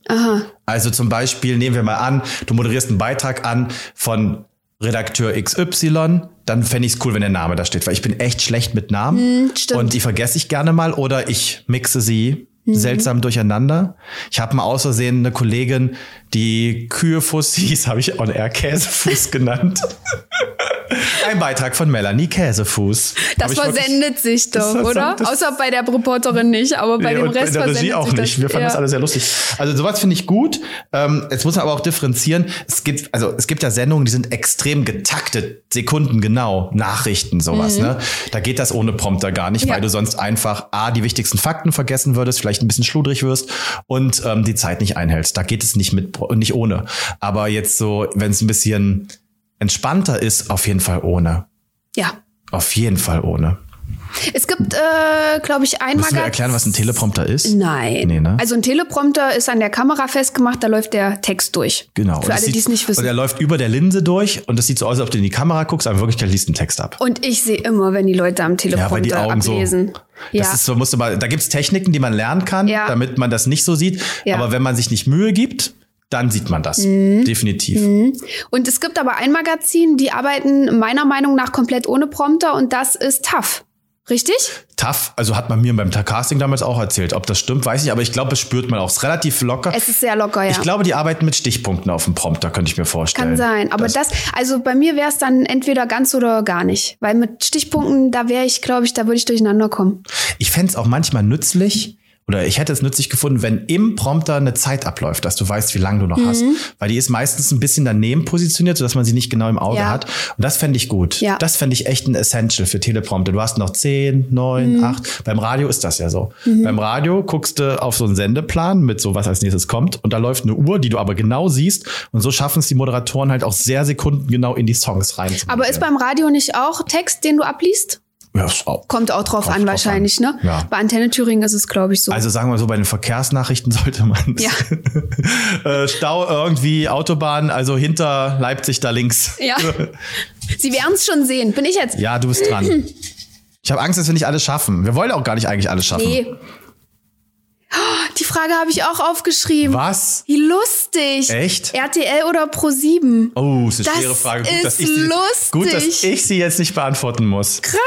S4: Also zum Beispiel nehmen wir mal an, du moderierst einen Beitrag an von Redakteur XY, dann fände ich es cool, wenn der Name da steht, weil ich bin echt schlecht mit Namen
S3: Hm, stimmt. Mhm.
S4: und die vergesse ich gerne mal oder ich mixe sie seltsam durcheinander. Ich habe mal aus Versehen eine Kollegin, die Kühefuß hieß, habe ich on air Käsefuß genannt. Ein Beitrag von Melanie Käsefuß. Hab
S3: das
S4: ich wirklich-
S3: versendet sich doch,
S4: Das- das-
S3: oder?
S4: das-
S3: Außer bei der Reporterin nicht, aber bei
S4: Nee,
S3: dem
S4: und
S3: Rest
S4: in der
S3: versendet
S4: Regie auch
S3: sich
S4: nicht.
S3: das.
S4: Wir fanden
S3: ja.
S4: das alle sehr lustig. Also sowas finde ich gut. Ähm, jetzt muss man aber auch differenzieren. Es gibt also es gibt ja Sendungen, die sind extrem getaktet, sekundengenau, Nachrichten sowas. Ne? Da geht das ohne Prompter gar nicht,
S3: Mhm. Ja.
S4: weil du sonst einfach a die wichtigsten Fakten vergessen würdest, vielleicht ein bisschen schludrig wirst und ähm, die Zeit nicht einhältst. Da geht es nicht mit Pro- nicht ohne. Aber jetzt so, wenn es ein bisschen entspannter ist, auf jeden Fall ohne.
S3: ja.
S4: Auf jeden Fall ohne.
S3: Es gibt, äh, glaube ich, ein
S4: Müssen wir
S3: Magazin.
S4: erklären, was ein Teleprompter ist?
S3: Nein.
S4: Nee, ne?
S3: Also ein Teleprompter ist an der Kamera festgemacht, da läuft der Text durch.
S4: Genau. Und
S3: Für alle,
S4: sieht-
S3: die es nicht
S4: Und er
S3: wissen.
S4: läuft über der Linse durch und das sieht so aus, als ob du in die Kamera guckst, aber in Wirklichkeit liest du einen Text ab.
S3: Und ich sehe immer, wenn die Leute am
S4: Ja, weil
S3: Teleprompter
S4: die Augen
S3: ablesen.
S4: so.
S3: ja.
S4: Das ist so, musst du mal, da gibt's Techniken, die man lernen kann,
S3: Ja.
S4: damit man das nicht so sieht.
S3: Ja. Mhm.
S4: Aber wenn man sich nicht Mühe gibt, dann sieht man das. Definitiv.
S3: Und es gibt aber ein Magazin, die arbeiten meiner Meinung nach komplett ohne Prompter und das ist TAF. Richtig?
S4: Tough, also hat man mir beim Casting damals auch erzählt. Ob das stimmt, weiß ich, aber ich glaube, das spürt man auch. Es ist relativ locker.
S3: Es ist sehr locker, ja.
S4: Ich glaube, die arbeiten mit Stichpunkten auf dem Prompter, könnte ich mir vorstellen.
S3: Kann sein. Aber das, also bei mir wäre es dann entweder ganz oder gar nicht. Weil mit Stichpunkten, da wäre ich, glaube ich, da würde ich durcheinander kommen.
S4: Ich fänd's auch manchmal nützlich, oder ich hätte es nützlich gefunden, wenn im Prompter eine Zeit abläuft, dass du weißt, wie lange du noch hast.
S3: Mhm.
S4: Weil die ist meistens ein bisschen daneben positioniert, sodass man sie nicht genau im Auge
S3: Ja.
S4: hat. Und das fände ich gut.
S3: Ja.
S4: Das fände ich echt ein Essential für Teleprompter. Du hast noch 10, 9,
S3: Mhm.
S4: 8. Beim Radio ist das ja so. Beim Radio guckst du auf so einen Sendeplan mit so, was als nächstes kommt. Und da läuft eine Uhr, die du aber genau siehst. Und so schaffen es die Moderatoren halt auch sehr sekundengenau in die Songs rein.
S3: Aber ist beim Radio nicht auch Text, den du abliest?
S4: ja, ist auch-
S3: Kommt auch drauf
S4: Kommt
S3: an,
S4: drauf
S3: wahrscheinlich,
S4: an.
S3: ne?
S4: Ja.
S3: Bei Antenne Thüringen ist es, glaube ich, so.
S4: Also sagen wir so, bei den Verkehrsnachrichten sollte man
S3: Ja.
S4: äh, Stau irgendwie, Autobahn, also hinter Leipzig da links.
S3: ja. Sie werden es schon sehen. Bin ich jetzt?
S4: Ja, du bist dran. Ich habe Angst, dass wir nicht alles schaffen. Wir wollen auch gar nicht eigentlich alles schaffen.
S3: Nee. Oh, Die Frage habe ich auch aufgeschrieben.
S4: Was?
S3: Wie lustig.
S4: Echt?
S3: RTL oder Pro7?
S4: Oh, ist eine
S3: Das
S4: schwere Frage. Gut, dass
S3: ist
S4: ich sie,
S3: lustig.
S4: gut, dass ich sie jetzt nicht beantworten muss.
S3: Krass,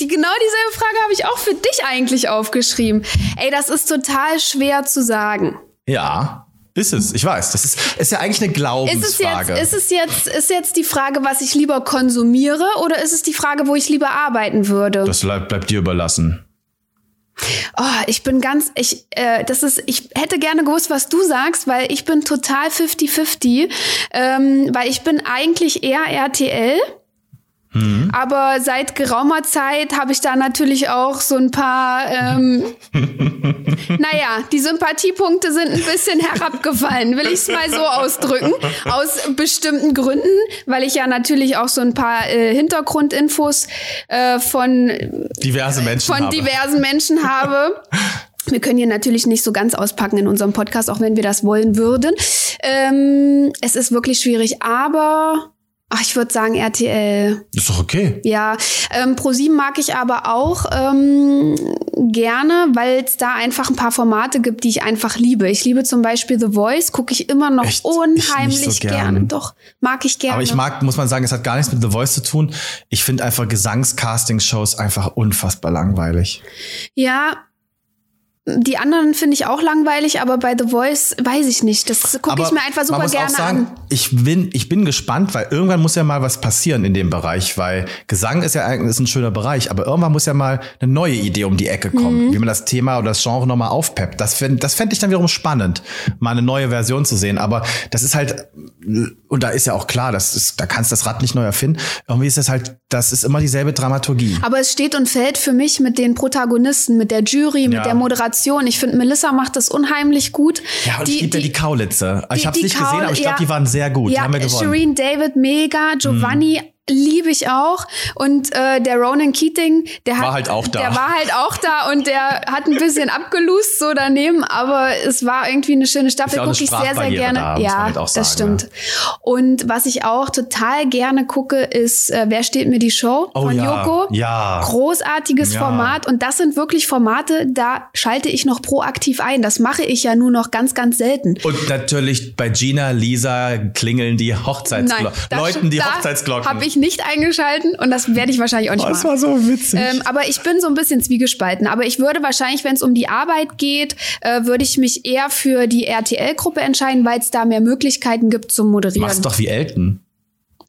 S3: die, genau dieselbe Frage habe ich auch für dich eigentlich aufgeschrieben. Ey, das ist total schwer zu sagen.
S4: Ja, ist es. Ich weiß. Das ist, ist ja eigentlich eine
S3: Ist es, jetzt,
S4: Glaubensfrage.
S3: ist, es jetzt, ist jetzt die Frage, was ich lieber konsumiere oder ist es die Frage, wo ich lieber arbeiten würde?
S4: das bleibt, bleibt dir überlassen.
S3: Oh, ich bin ganz, ich, äh, das ist, ich hätte gerne gewusst, was du sagst, weil ich bin total 50-50, ähm, weil ich bin eigentlich eher RTL. Aber seit geraumer Zeit habe ich da natürlich auch so ein paar, ähm, naja, die Sympathiepunkte sind ein bisschen herabgefallen, will ich es mal so ausdrücken. Aus bestimmten Gründen, weil ich ja natürlich auch so ein paar äh, Hintergrundinfos äh, von
S4: Diverse Menschen.
S3: von
S4: habe.
S3: diversen Menschen habe. Wir können hier natürlich nicht so ganz auspacken in unserem Podcast, auch wenn wir das wollen würden. Ähm, es ist wirklich schwierig, aber ach, ich würde sagen RTL.
S4: ist doch okay.
S3: Ja, ähm, ProSieben mag ich aber auch ähm, gerne, weil es da einfach ein paar Formate gibt, die ich einfach liebe. Ich liebe zum Beispiel The Voice, gucke ich immer noch
S4: Echt? Ich nicht so
S3: unheimlich
S4: gern.
S3: gerne. Doch, mag ich gerne.
S4: Aber ich mag, muss man sagen, es hat gar nichts mit The Voice zu tun. Ich finde einfach Gesangscasting-Shows einfach unfassbar langweilig.
S3: ja, die anderen finde ich auch langweilig, aber bei The Voice weiß ich nicht. Das gucke
S4: Aber
S3: ich mir einfach super
S4: man muss
S3: gerne
S4: auch sagen,
S3: an.
S4: Ich bin, ich bin gespannt, weil irgendwann muss ja mal was passieren in dem Bereich, weil Gesang ist ja eigentlich ist ein schöner Bereich, aber irgendwann muss ja mal eine neue Idee um die Ecke kommen,
S3: Mhm.
S4: wie man das Thema oder das Genre nochmal aufpeppt. Das fände das fänd ich dann wiederum spannend, mal eine neue Version zu sehen. Aber das ist halt, und da ist ja auch klar, das ist, da kannst du das Rad nicht neu erfinden. Irgendwie ist das halt, das ist immer dieselbe Dramaturgie.
S3: Aber es steht und fällt für mich mit den Protagonisten, mit der Jury, mit
S4: Ja.
S3: der Moderation. Ich finde, Melissa macht das unheimlich gut.
S4: Ja, und ich liebe ja die Kaulitze.
S3: die-
S4: Ah, ich habe
S3: die
S4: es nicht gesehen,
S3: Kaul-
S4: aber ich glaube,
S3: ja.
S4: die waren sehr gut. die
S3: ja,
S4: haben wir gewonnen. Hm.
S3: Shireen David, mega. Giovanni liebe ich auch. Und äh, der Ronan Keating, der hat,
S4: War halt auch da.
S3: Der war halt auch da und der hat ein bisschen abgelust so daneben, aber es war irgendwie eine schöne Staffel.
S4: Ist ja auch eine
S3: Gucke ich sehr, sehr
S4: Sprachbarriere
S3: gerne.
S4: da, muss man
S3: ja,
S4: halt auch
S3: das
S4: sagen,
S3: stimmt. Und was ich auch total gerne gucke, ist äh, Wer steht mir die Show
S4: Oh
S3: von
S4: ja,
S3: Joko.
S4: ja.
S3: Großartiges
S4: Ja.
S3: Format. Und das sind wirklich Formate, da schalte ich noch proaktiv ein. Das mache ich ja nur noch ganz, ganz selten.
S4: Und natürlich bei Gina, Lisa klingeln die Hochzeitsglocken.
S3: das-
S4: Läuten die
S3: da
S4: Hochzeitsglocken.
S3: Habe ich nicht eingeschalten und das werde ich wahrscheinlich auch nicht
S4: Oh,
S3: machen.
S4: das war so witzig.
S3: Ähm, aber ich bin so ein bisschen zwiegespalten. Aber ich würde wahrscheinlich, wenn es um die Arbeit geht, äh, würde ich mich eher für die RTL-Gruppe entscheiden, weil es da mehr Möglichkeiten gibt zum Moderieren.
S4: Mach's doch wie Elton.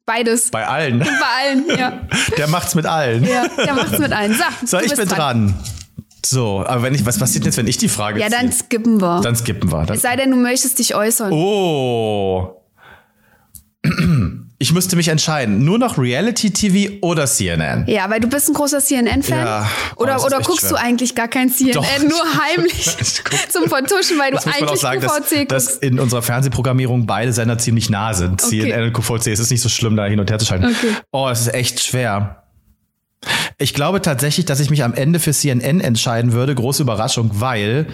S3: Beides.
S4: Bei allen.
S3: Bei allen, ja.
S4: Der macht's mit allen.
S3: ja. Der macht's mit allen. So,
S4: so,
S3: du
S4: ich
S3: bist
S4: bin dran. So, aber wenn ich, was passiert jetzt, wenn ich die Frage
S3: Ja, dann
S4: ziehe?
S3: skippen wir.
S4: dann skippen wir. Dann,
S3: es sei denn, du möchtest dich äußern.
S4: oh. Ich müsste mich entscheiden. Nur noch Reality TV oder CNN?
S3: Ja, weil du bist ein großer CNN-Fan.
S4: Ja. Oh,
S3: Oder,
S4: das ist
S3: oder
S4: echt
S3: guckst
S4: schwer.
S3: du eigentlich gar kein CNN,
S4: Doch.
S3: nur heimlich
S4: Ich guck-
S3: zum Vertuschen, weil du
S4: Das muss man auch
S3: eigentlich
S4: sagen, dass,
S3: QVC guckst.
S4: dass in unserer Fernsehprogrammierung beide Sender ziemlich nah sind.
S3: Okay.
S4: CNN und QVC. Es ist nicht so schlimm, da hin und her zu schalten.
S3: Okay.
S4: Oh, es ist echt schwer. Ich glaube tatsächlich, dass ich mich am Ende für CNN entscheiden würde. Große Überraschung, weil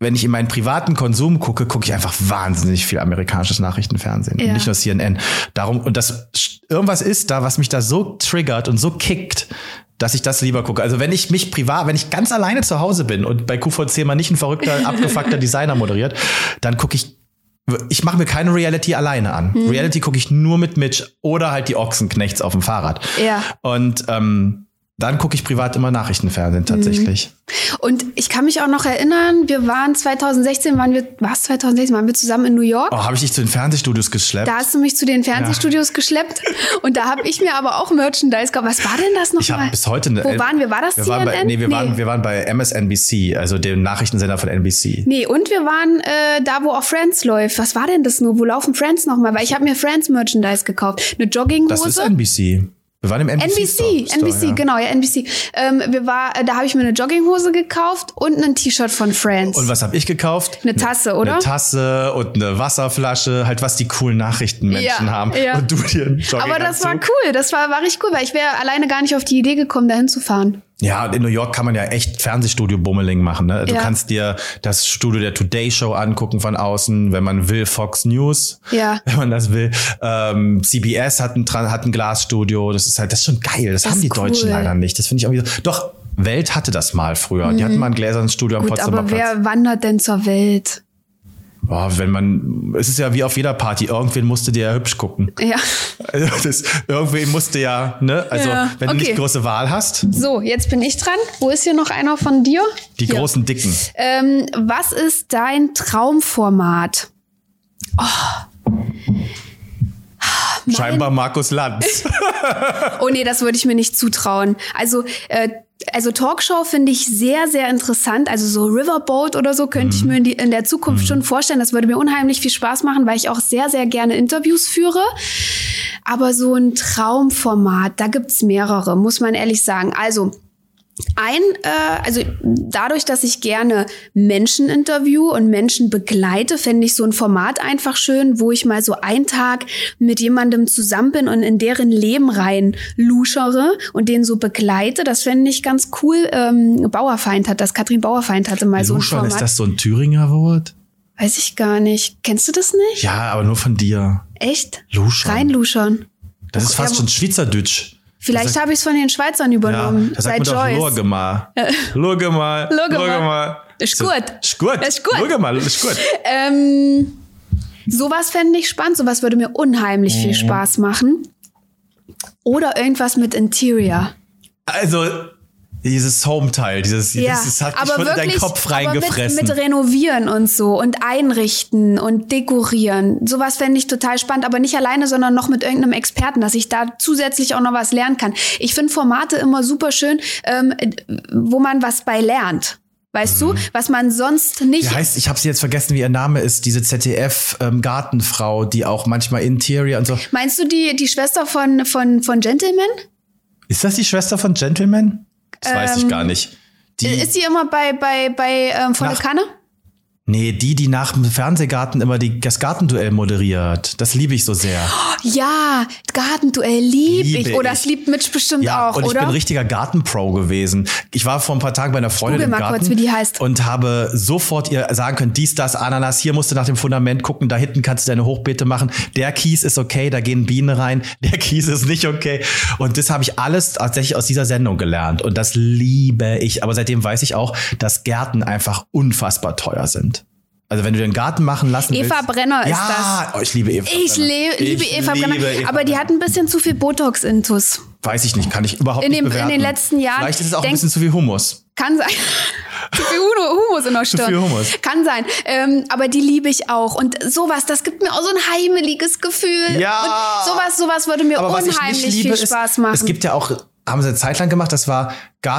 S4: wenn ich in meinen privaten Konsum gucke, gucke ich einfach wahnsinnig viel amerikanisches Nachrichtenfernsehen.
S3: Ja.
S4: Und nicht nur CNN. Darum, und das irgendwas ist da, was mich da so triggert und so kickt, dass ich das lieber gucke. Also wenn ich mich privat, wenn ich ganz alleine zu Hause bin und bei QVC mal nicht ein verrückter, abgefuckter Designer moderiert, dann gucke ich ich mache mir keine Reality alleine an.
S3: Mhm.
S4: Reality gucke ich nur mit Mitch oder halt die Ochsenknechts auf dem Fahrrad.
S3: Ja.
S4: Und ähm, dann gucke ich privat immer
S3: Mhm.
S4: Nachrichtenfernsehen tatsächlich.
S3: Und ich kann mich auch noch erinnern, wir waren 2016, waren wir, war es 2016, waren wir zusammen in New York?
S4: Oh, habe ich dich zu den Fernsehstudios geschleppt?
S3: Da hast du mich zu den Fernsehstudios geschleppt und da habe ich mir aber auch Merchandise gekauft. Was war denn das
S4: ich habe
S3: nochmal?
S4: bis heute eine.
S3: Wo waren wir? War das
S4: wir waren bei,
S3: CNN?
S4: nee, wir, Waren, wir waren bei MSNBC, also dem Nachrichtensender von NBC.
S3: Nee, und wir waren äh, da, wo auch Friends läuft. Was war denn das nur? Wo laufen Friends nochmal? Weil ich habe mir Friends Merchandise gekauft. Eine
S4: Das ist
S3: Jogginghose.
S4: NBC. Wir waren im NBC.
S3: NBC,
S4: Store,
S3: NBC,
S4: ja.
S3: genau, ja, NBC. Ähm, wir war, äh, da habe ich mir eine Jogginghose gekauft und ein T-Shirt von Friends.
S4: Und was habe ich gekauft?
S3: Eine Tasse, oder?
S4: Eine Tasse und eine Wasserflasche, halt was die coolen Nachrichtenmenschen
S3: Ja,
S4: haben.
S3: ja.
S4: Und du dir einen
S3: Aber das war
S4: Jogginganzug.
S3: cool, das war, war richtig cool, weil ich wäre alleine gar nicht auf die Idee gekommen, da hinzufahren.
S4: Ja, und in New York kann man ja echt Fernsehstudio-Bummeling machen. Ne? Du
S3: Ja.
S4: kannst dir das Studio der Today Show angucken von außen, wenn man will, Fox News,
S3: Ja.
S4: wenn man das will. Ähm, CBS hat ein, Tra- hat ein Glasstudio, das ist halt, das ist schon geil. Das, haben
S3: ist
S4: die Deutschen
S3: cool.
S4: leider nicht. Das finde ich irgendwie so. Doch, Welt hatte das mal früher. Die hatten mal ein gläsernes Studio am
S3: Mhm. Gut,
S4: Potsdamer
S3: aber
S4: Platz.
S3: wer wandert denn zur Welt?
S4: Boah, wenn man, es ist ja wie auf jeder Party, irgendwen musste dir ja hübsch gucken.
S3: Ja.
S4: Also das, irgendwen musste ja, ne? Also,
S3: Ja,
S4: wenn du
S3: okay.
S4: nicht große Wahl hast,
S3: So, jetzt bin ich dran. Wo ist hier noch einer von dir?
S4: die
S3: Hier.
S4: großen Dicken.
S3: Ähm, was ist dein Traumformat?
S4: Scheinbar Markus Lanz.
S3: Oh nee, das würde ich mir nicht zutrauen. Also, äh, also Talkshow finde ich sehr, sehr interessant. Also so Riverboat oder so könnte ich mir in, die, in der Zukunft schon vorstellen. Das würde mir unheimlich viel Spaß machen, weil ich auch sehr, sehr gerne Interviews führe. Aber so ein Traumformat, da gibt's mehrere, muss man ehrlich sagen. Also, ein, äh, also dadurch, dass ich gerne Menschen interview und Menschen begleite, fände ich so ein Format einfach schön, wo ich mal so einen Tag mit jemandem zusammen bin und in deren Leben rein luschere und den so begleite. Das fände ich ganz cool. Ähm, Bauerfeind hat das, Katrin Bauerfeind hatte mal so ein
S4: Luschern,
S3: Also Format.
S4: ist das so ein Thüringer Wort?
S3: Weiß ich gar nicht. Kennst du das nicht?
S4: Ja, aber nur von dir.
S3: Echt?
S4: Luschern.
S3: Reinluschern.
S4: Das ist fast
S3: Ja,
S4: schon Schweizerdeutsch.
S3: Vielleicht
S4: sagt-
S3: habe ich es von den Schweizern
S4: Ja,
S3: übernommen.
S4: da
S3: Bei
S4: sagt man doch
S3: Joyce.
S4: Lurgemar. Lurgemar.
S3: Lurgemar.
S4: Lurgemar.
S3: Ist
S4: So,
S3: gut.
S4: Ist gut.
S3: Ist gut.
S4: Lurgemar, ist gut.
S3: Ähm, sowas fände ich spannend, sowas würde mir unheimlich
S4: Mhm.
S3: viel Spaß machen. Oder irgendwas mit Interior.
S4: Also, dieses Home-Teil, dieses,
S3: Ja,
S4: das, das hat dich
S3: aber
S4: schon in
S3: wirklich
S4: deinen Kopf
S3: Aber
S4: reingefressen.
S3: mit, mit Renovieren und so und einrichten und dekorieren. Sowas fände ich total spannend, aber nicht alleine, sondern noch mit irgendeinem Experten, dass ich da zusätzlich auch noch was lernen kann. Ich finde Formate immer super schön, ähm, wo man was bei lernt. Weißt du, was man sonst
S4: Mhm. Wie
S3: nicht
S4: heißt, ich habe sie jetzt vergessen, wie ihr Name ist, diese ZDF-Gartenfrau, ähm, die auch manchmal Interior und so.
S3: Meinst du die, die Schwester von, von, von Gentleman?
S4: Ist das die Schwester von Gentleman? Das weiß
S3: Ähm,
S4: ich gar nicht. Die,
S3: Ist sie immer bei, bei, bei ähm, Volle
S4: Nach-
S3: Kanne?
S4: nee, die, die nach dem Fernsehgarten immer die, das Gartenduell moderiert. Das liebe ich so sehr.
S3: Ja, Gartenduell lieb
S4: Liebe
S3: ich. Oder
S4: ich.
S3: es liebt Mitch bestimmt
S4: Ja,
S3: auch,
S4: und ich
S3: oder?
S4: bin richtiger Gartenpro gewesen. Ich war vor ein paar Tagen bei einer Freundin
S3: google
S4: im
S3: mal
S4: Garten
S3: kurz, wie die heißt.
S4: und habe sofort ihr sagen können, dies, das, Ananas, hier musst du nach dem Fundament gucken, da hinten kannst du deine Hochbeete machen. Der Kies ist okay, da gehen Bienen rein, der Kies ist nicht okay. Und das habe ich alles tatsächlich aus dieser Sendung gelernt und das liebe ich. Aber seitdem weiß ich auch, dass Gärten einfach unfassbar teuer sind. Also wenn du den Garten machen lassen
S3: Eva
S4: willst.
S3: Brenner ist
S4: ja, Oh, ich liebe Eva
S3: ich
S4: Brenner.
S3: le liebe
S4: Ich
S3: Eva Brenner,
S4: liebe Eva
S3: aber die
S4: Brenner.
S3: hat ein bisschen zu viel Botox-Intus.
S4: Weiß ich nicht, kann ich überhaupt
S3: In
S4: nicht
S3: dem- in
S4: bewerten.
S3: den letzten Jahren
S4: Vielleicht ist es auch ein
S3: denk-
S4: bisschen zu viel Humus.
S3: Kann sein. Zu viel Huno- Humus in der Stirn.
S4: viel Humus.
S3: Kann sein. Ähm, aber die liebe ich auch. Und sowas, das gibt mir auch so ein heimeliges Gefühl.
S4: Ja.
S3: Und sowas, sowas würde mir
S4: Aber was ich
S3: unheimlich
S4: nicht liebe,
S3: viel
S4: ist,
S3: Spaß machen.
S4: es gibt ja auch, haben sie eine Zeit lang gemacht, das war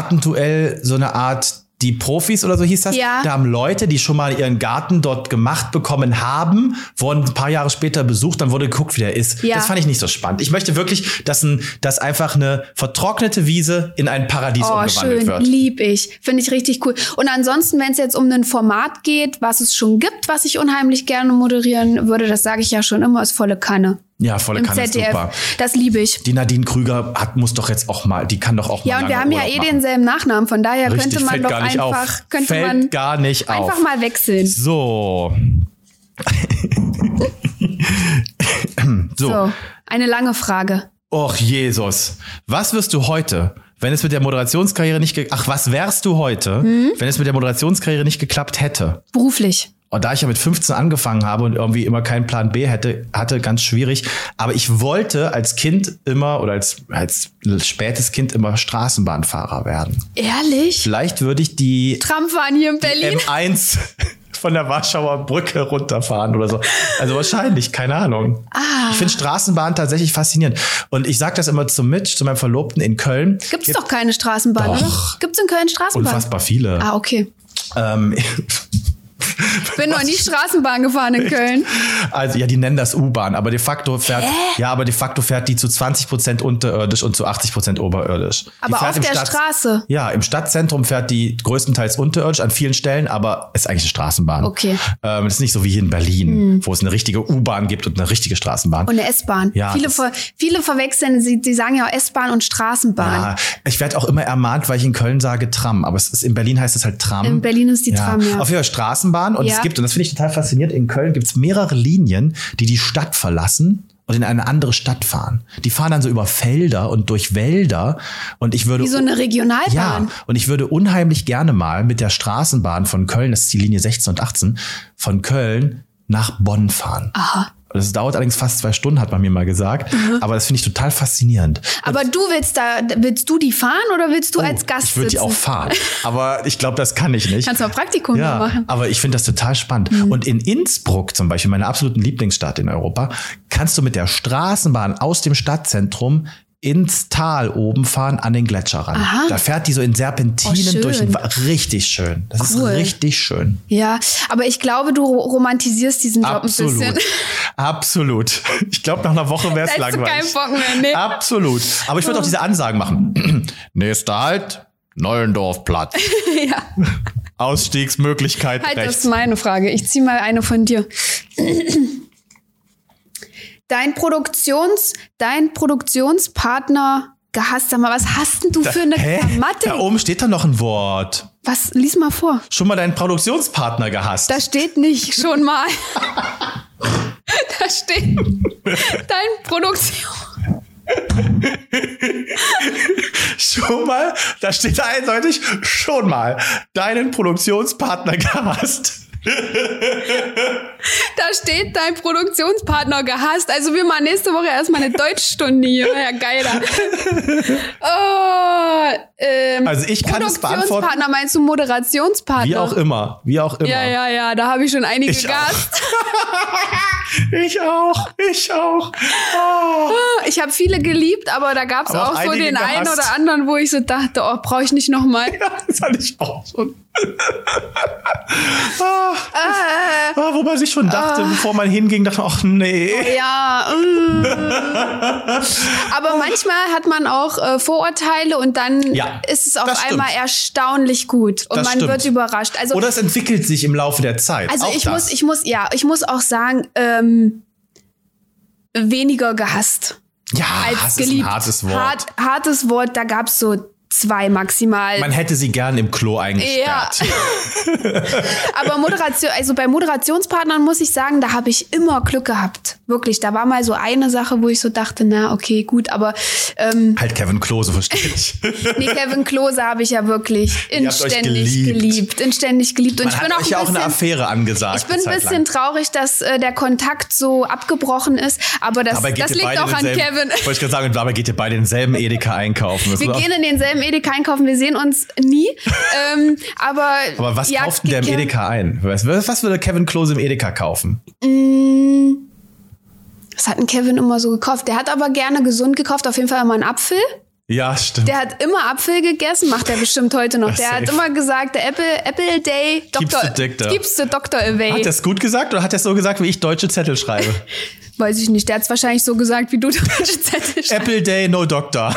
S4: Gartenduell, so eine Art die Profis oder so hieß das.
S3: Ja.
S4: Da haben Leute, die schon mal ihren Garten dort gemacht bekommen haben, wurden ein paar Jahre später besucht, dann wurde geguckt, wie der ist.
S3: Ja.
S4: Das fand ich nicht so spannend. Ich möchte wirklich, dass, ein, dass einfach eine vertrocknete Wiese in ein Paradies
S3: Oh,
S4: umgewandelt
S3: schön,
S4: wird.
S3: lieb ich. Finde ich richtig cool. Und ansonsten, wenn es jetzt um ein Format geht, was es schon gibt, was ich unheimlich gerne moderieren würde, das sage ich ja schon immer, ist volle Kanne.
S4: Ja, volle
S3: Im
S4: Kanne ist
S3: ZDF.
S4: super.
S3: Das liebe ich.
S4: Die Nadine Krüger hat, muss doch jetzt auch mal, die kann doch auch
S3: Ja,
S4: mal
S3: und wir
S4: lange
S3: haben ja
S4: Urlaub
S3: eh
S4: machen.
S3: denselben Nachnamen, von daher
S4: Richtig,
S3: könnte man
S4: fällt
S3: doch
S4: gar nicht
S3: einfach,
S4: auf.
S3: könnte
S4: fällt
S3: man
S4: gar nicht auf.
S3: einfach mal wechseln.
S4: So. so.
S3: So, eine lange Frage.
S4: Och, Jesus. Was wirst du heute, wenn es mit der Moderationskarriere nicht ge Ach, was wärst du heute, wenn es mit der Moderationskarriere nicht geklappt hätte?
S3: Beruflich.
S4: Und da ich ja mit 15 angefangen habe und irgendwie immer keinen Plan B hätte, hatte ganz schwierig. Aber ich wollte als Kind immer oder als, als spätes Kind immer Straßenbahnfahrer werden.
S3: Ehrlich?
S4: Vielleicht würde ich die
S3: Tram fahren hier in Berlin?
S4: M1 von der Warschauer Brücke runterfahren oder so. Also wahrscheinlich, keine Ahnung.
S3: Ah.
S4: Ich finde Straßenbahn tatsächlich faszinierend. Und ich sage das immer zu Mitch, zu meinem Verlobten in Köln.
S3: Gibt's doch keine Straßenbahn,
S4: Doch.
S3: oder? Gibt's in Köln Straßenbahn?
S4: Unfassbar viele.
S3: Ah, okay.
S4: Ähm,
S3: Bin noch nie Straßenbahn gefahren in Köln.
S4: also ja, die nennen das U-Bahn, aber de facto fährt ja, aber de facto fährt die zu 20 Prozent unterirdisch und zu 80 Prozent oberirdisch. Die
S3: Aber
S4: fährt
S3: auf
S4: im
S3: der
S4: Stadt-
S3: Straße.
S4: Ja, im Stadtzentrum fährt die größtenteils unterirdisch an vielen Stellen, aber ist eigentlich eine Straßenbahn.
S3: Okay. Hm.
S4: Ähm, das ist nicht so wie hier in Berlin, wo es eine richtige U-Bahn gibt und eine richtige Straßenbahn.
S3: Und eine S-Bahn.
S4: Ja,
S3: viele,
S4: das-
S3: ver viele verwechseln, sie, sie sagen ja auch S-Bahn und Straßenbahn.
S4: Ja, ich werde auch immer ermahnt, weil ich in Köln sage Tram, aber es ist, in Berlin heißt es halt Tram.
S3: In Berlin ist die Tram, ja.
S4: Auf jeden Fall Straßenbahn und
S3: Ja.
S4: es gibt, und das finde ich total faszinierend, in Köln gibt es mehrere Linien, die die Stadt verlassen und in eine andere Stadt fahren. Die fahren dann so über Felder und durch Wälder und ich würde...
S3: Wie so eine
S4: ja,
S3: Regionalbahn.
S4: und ich würde unheimlich gerne mal mit der Straßenbahn von Köln, das ist die Linie 16 und 18, von Köln nach Bonn fahren. Aha. Das dauert allerdings fast zwei Stunden, hat man mir mal gesagt. Aber das finde ich total faszinierend.
S3: Mhm. Aber du willst da, willst du die fahren oder willst du als Gast
S4: Oh, Ich würde die
S3: sitzen?
S4: auch fahren. Aber ich glaube, das kann ich nicht.
S3: Kannst du mal Praktikum
S4: ja,
S3: machen. Mhm.
S4: aber ich finde das total spannend. Und in Innsbruck zum Beispiel, meiner absoluten Lieblingsstadt in Europa, kannst du mit der Straßenbahn aus dem Stadtzentrum ins Tal oben fahren, an den Gletscher ran.
S3: Aha.
S4: Da fährt die so in
S3: Oh,
S4: Serpentinen
S3: schön.
S4: durch den Wa Richtig schön. Das
S3: Cool.
S4: ist richtig schön.
S3: Ja, aber ich glaube, du ro- romantisierst diesen Job ein
S4: Absolut.
S3: bisschen.
S4: Absolut. Ich glaube, nach einer Woche wäre
S3: Da
S4: es
S3: hättest du
S4: langweilig.
S3: keinen Bock mehr. Nee. Oh.
S4: Absolut. Aber ich würde auch diese Ansagen machen. Nächster Halt, Neulendorfplatz.
S3: ja.
S4: Ausstiegsmöglichkeit
S3: Halt, das ist
S4: rechts.
S3: meine Frage. Ich ziehe mal eine von dir. Dein Produktions, dein Produktionspartner gehasst. Sag mal, was hast denn du für eine
S4: Hä? Da
S3: Matte?
S4: oben steht da noch ein Wort.
S3: Was, lies mal vor.
S4: Schon mal deinen Produktionspartner gehasst.
S3: Da steht nicht schon mal. da steht dein Produktion.
S4: schon mal, da steht da eindeutig, schon mal deinen Produktionspartner gehasst.
S3: Da steht dein Produktionspartner gehasst. Also wir machen nächste Woche erstmal eine Deutschstunde hier. Ja, geiler. Oh, ähm,
S4: Also ich kann es beantworten.
S3: Produktionspartner meinst du Moderationspartner?
S4: Wie auch immer, wie auch immer.
S3: Ja, ja, ja, da habe ich schon einige
S4: Ich auch.
S3: Gast.
S4: Ich auch, ich auch.
S3: Ich habe viele geliebt, aber da gab es
S4: Aber auch
S3: auch, so
S4: einige
S3: den einen
S4: gehasst.
S3: oder anderen, wo ich so dachte, oh, brauche ich nicht nochmal.
S4: Das hatte ich auch schon. ah, ah, wo man sich schon dachte, bevor man hinging, dachte man, ach nee.
S3: Ja, mm. aber manchmal hat man auch äh, Vorurteile und dann
S4: Ja,
S3: ist es auf
S4: das stimmt.
S3: einmal erstaunlich gut und
S4: Das
S3: man
S4: stimmt.
S3: wird überrascht. Also,
S4: Oder es entwickelt sich im Laufe der Zeit.
S3: also
S4: auch
S3: ich
S4: das.
S3: muss, ich muss, ja, ich muss auch sagen, ähm, weniger gehasst
S4: ja,
S3: als
S4: Ah, Hass
S3: geliebt.
S4: ist ein hartes Wort.
S3: Hart, hartes Wort, da gab es so zwei maximal.
S4: Man hätte sie gern im Klo eingesperrt.
S3: Aber Moderation, also bei Moderationspartnern muss ich sagen, da habe ich immer Glück gehabt. Wirklich, da war mal so eine Sache, wo ich so dachte, na okay, gut, aber ähm,
S4: Halt Kevin Klose, verstehe ich.
S3: nee, Kevin Klose habe ich ja wirklich
S4: habt euch
S3: inständig
S4: geliebt.
S3: geliebt. inständig geliebt. Und
S4: Man
S3: ich bin
S4: hat
S3: auch
S4: euch ja auch
S3: ein
S4: eine
S3: bisschen,
S4: Affäre angesagt.
S3: ich bin
S4: eine
S3: ein
S4: Zeit
S3: bisschen
S4: lang.
S3: traurig, dass äh, der Kontakt so abgebrochen ist, aber das,
S4: Dabei geht
S3: das
S4: ihr
S3: liegt
S4: beide
S3: auch an
S4: denselben-
S3: Kevin.
S4: Wollte ich gerade sagen, und dabei geht ihr beide denselben Edeka einkaufen. Das
S3: Wir
S4: ist auch-
S3: gehen in denselben Edeka einkaufen, wir sehen uns nie. ähm, aber,
S4: aber was
S3: ja,
S4: kauft denn der im
S3: Kevin-
S4: Edeka ein? Was, was würde Kevin Klose im Edeka kaufen?
S3: Das hat ein Kevin immer so gekauft. Der hat aber gerne gesund gekauft, auf jeden Fall immer einen Apfel.
S4: Ja, stimmt.
S3: Der hat immer Apfel gegessen, macht er bestimmt heute noch. Der hat
S4: Safe.
S3: immer gesagt, der Apple, Apple Day,
S4: Keeps
S3: Dr.
S4: the doctor.
S3: Keeps the Doctor away.
S4: hat er es gut gesagt oder hat er es so gesagt, wie ich deutsche Zettel schreibe?
S3: Weiß ich nicht, der hat es wahrscheinlich so gesagt, wie du deutsche Zettel schreibst.
S4: Apple Day, no doctor.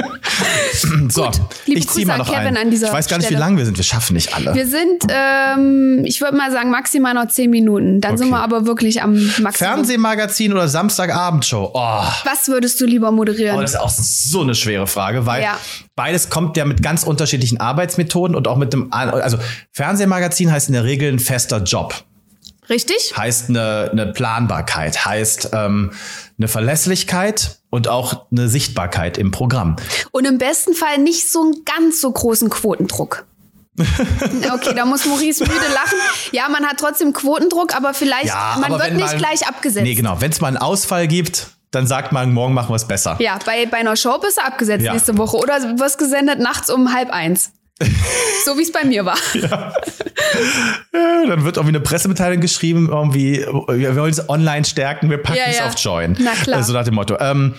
S4: so,
S3: Liebe
S4: ich zieh
S3: Grüße
S4: mal
S3: an
S4: noch
S3: Kevin
S4: ein.
S3: an dieser
S4: ich weiß gar nicht, wie
S3: Stelle.
S4: lang wir sind. Wir schaffen nicht alle.
S3: Wir sind, ähm, ich würde mal sagen, maximal noch zehn Minuten. Dann sind
S4: Okay.
S3: wir aber wirklich am Maximum.
S4: Fernsehmagazin oder Samstagabendshow? Oh,
S3: Was würdest du lieber moderieren?
S4: Aber Oh, das ist auch so eine schwere Frage, weil
S3: Ja.
S4: beides kommt ja mit ganz unterschiedlichen Arbeitsmethoden und auch mit dem, an- also Fernsehmagazin heißt in der Regel ein fester Job,
S3: Richtig?
S4: heißt eine, eine Planbarkeit, heißt ähm, eine Verlässlichkeit und auch eine Sichtbarkeit im Programm.
S3: Und im besten Fall nicht so einen ganz so großen Quotendruck. Okay, da muss Maurice müde lachen. Ja, man hat trotzdem Quotendruck, aber vielleicht,
S4: Ja,
S3: man
S4: aber
S3: wird
S4: wenn
S3: nicht
S4: mal-
S3: gleich abgesetzt.
S4: Nee, genau. Wenn es mal einen Ausfall gibt, dann sagt man, morgen machen wir es besser.
S3: Ja, bei, bei einer Show bist du abgesetzt
S4: Ja.
S3: nächste Woche oder wirst gesendet nachts um halb eins. so wie es bei mir war.
S4: Dann wird irgendwie eine Pressemitteilung geschrieben, irgendwie, wir wollen es online stärken, wir packen
S3: Ja,
S4: es
S3: ja.
S4: auf Join.
S3: Na klar.
S4: Äh, So nach dem Motto. Ähm,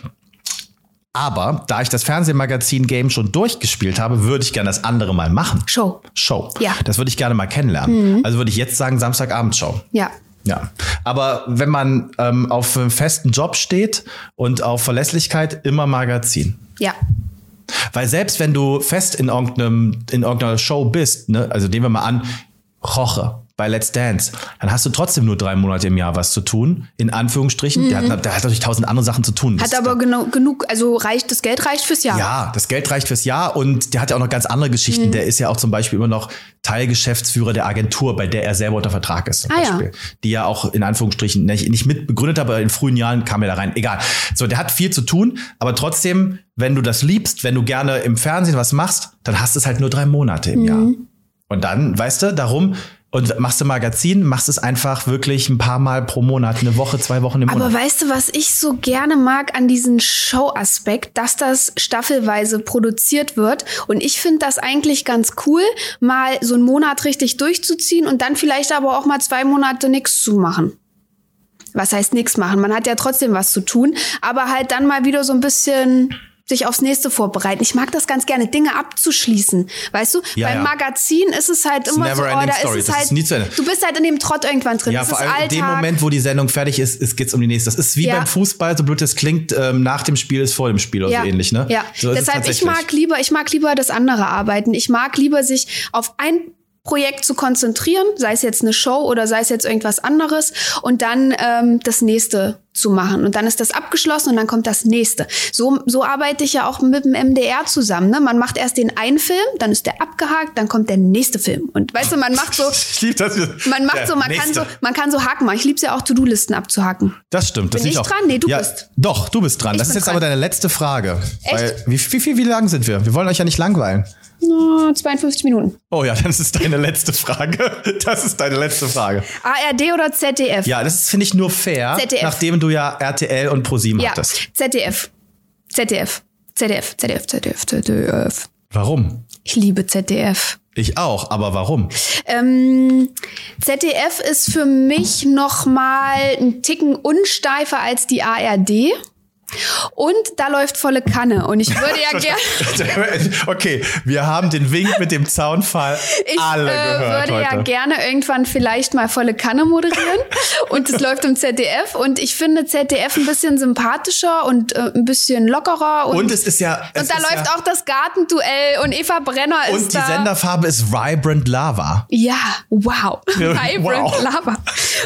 S4: aber da ich das Fernsehmagazin Game schon durchgespielt habe, würde ich gerne das andere mal machen.
S3: Show.
S4: Show.
S3: Ja. Mhm.
S4: Das würde ich gerne mal kennenlernen. Also würde ich jetzt sagen, Samstagabendshow.
S3: Ja.
S4: Ja, aber wenn man ähm, auf einem festen Job steht und auf Verlässlichkeit, immer Magazin.
S3: Ja.
S4: Weil selbst wenn du fest in, irgendeinem, in irgendeiner Show bist, ne, also nehmen wir mal an, Roche bei Let's Dance, dann hast du trotzdem nur drei Monate im Jahr was zu tun, in Anführungsstrichen. Der, hat, der hat natürlich tausend andere Sachen zu tun.
S3: Mhm. Hat
S4: Das-
S3: aber genau, genug, also reicht, das Geld reicht fürs Jahr. Mhm.
S4: ja, das Geld reicht fürs Jahr und der hat ja auch noch ganz andere Geschichten. Der ist ja auch zum Beispiel immer noch Teilgeschäftsführer der Agentur, bei der er selber unter Vertrag ist. Zum
S3: Ah, ja.
S4: Beispiel. Die ja auch in Anführungsstrichen nicht, nicht mitbegründet, aber in frühen Jahren kam er da rein. Egal. So, der hat viel zu tun, aber trotzdem, wenn du das liebst, wenn du gerne im Fernsehen was machst, dann hast du es halt nur drei Monate
S3: Mhm.
S4: im Jahr. Und dann, weißt du, darum. Und machst du Magazin, machst es einfach wirklich ein paar Mal pro Monat, eine Woche, zwei Wochen im
S3: Aber
S4: Monat.
S3: weißt du, was ich so gerne mag an diesem Show-Aspekt, dass das staffelweise produziert wird. Und ich finde das eigentlich ganz cool, mal so einen Monat richtig durchzuziehen und dann vielleicht aber auch mal zwei Monate nichts zu machen. Was heißt nichts machen? Man hat ja trotzdem was zu tun, aber halt dann mal wieder so ein bisschen sich aufs nächste vorbereiten. Ich mag das ganz gerne, Dinge abzuschließen. Weißt du,
S4: Ja,
S3: beim
S4: ja.
S3: Magazin ist es halt immer so, oh,
S4: never-ending
S3: da
S4: story.
S3: ist es
S4: Das
S3: halt,
S4: ist nie zu Ende.
S3: du bist halt in dem Trott irgendwann drin.
S4: Ja,
S3: Das
S4: vor
S3: ist
S4: allem in dem
S3: Alltag.
S4: Moment, wo die Sendung fertig ist, ist geht's um die nächste. Das ist wie
S3: Ja.
S4: beim Fußball, so blöd das klingt, ähm, nach dem Spiel ist vor dem Spiel oder so ähnlich, ne?
S3: Ja,
S4: So ist es
S3: deshalb ich
S4: tatsächlich.
S3: mag lieber, ich mag lieber das andere arbeiten. Ich mag lieber sich auf ein Projekt zu konzentrieren, sei es jetzt eine Show oder sei es jetzt irgendwas anderes und dann ähm, das nächste zu machen und dann ist das abgeschlossen und dann kommt das nächste. So so arbeite ich ja auch mit dem MDR zusammen. Ne? Man macht erst den einen Film, dann ist der abgehakt, dann kommt der nächste Film und weißt du, man macht so,
S4: Ich lieb das.
S3: man macht
S4: Der
S3: so, man kann
S4: nächste.
S3: so, man kann so Haken machen. Ich lieb's ja auch To-Do-Listen abzuhacken.
S4: Das stimmt. Das
S3: Bin ich
S4: auch.
S3: dran? Nee, du bist.
S4: Doch, du bist dran.
S3: Ich
S4: das ist
S3: bin
S4: jetzt
S3: dran.
S4: aber deine letzte Frage.
S3: Echt?
S4: Weil, wie, wie, wie, wie lang sind wir? Wir wollen euch ja nicht langweilen.
S3: Na, 52 Minuten.
S4: Oh ja, das ist deine letzte Frage. Das ist deine letzte Frage.
S3: ARD oder ZDF?
S4: Ja, das ist, finde ich, nur fair,
S3: ZDF.
S4: nachdem du ja RTL und ProSieben
S3: Ja,
S4: hattest.
S3: ZDF. ZDF. ZDF, ZDF, ZDF, ZDF.
S4: Warum?
S3: Ich liebe ZDF.
S4: Ich auch, aber warum?
S3: Ähm, ZDF ist für mich noch mal einen Ticken unsteifer als die ARD. Und da läuft volle Kanne. Und ich würde ja gerne...
S4: Okay, wir haben den Wink mit dem Zaunfall
S3: Ich
S4: alle gehört
S3: äh, würde
S4: heute.
S3: ja gerne irgendwann vielleicht mal volle Kanne moderieren und es läuft im ZDF und ich finde ZDF ein bisschen sympathischer und äh, ein bisschen lockerer und,
S4: und es ist ja. es
S3: und da
S4: ist
S3: läuft
S4: ja,
S3: auch das Gartenduell und Eva Brenner ist
S4: Und die
S3: da.
S4: Senderfarbe ist Vibrant Lava.
S3: Ja, wow. Vibrant
S4: wow.
S3: Lava.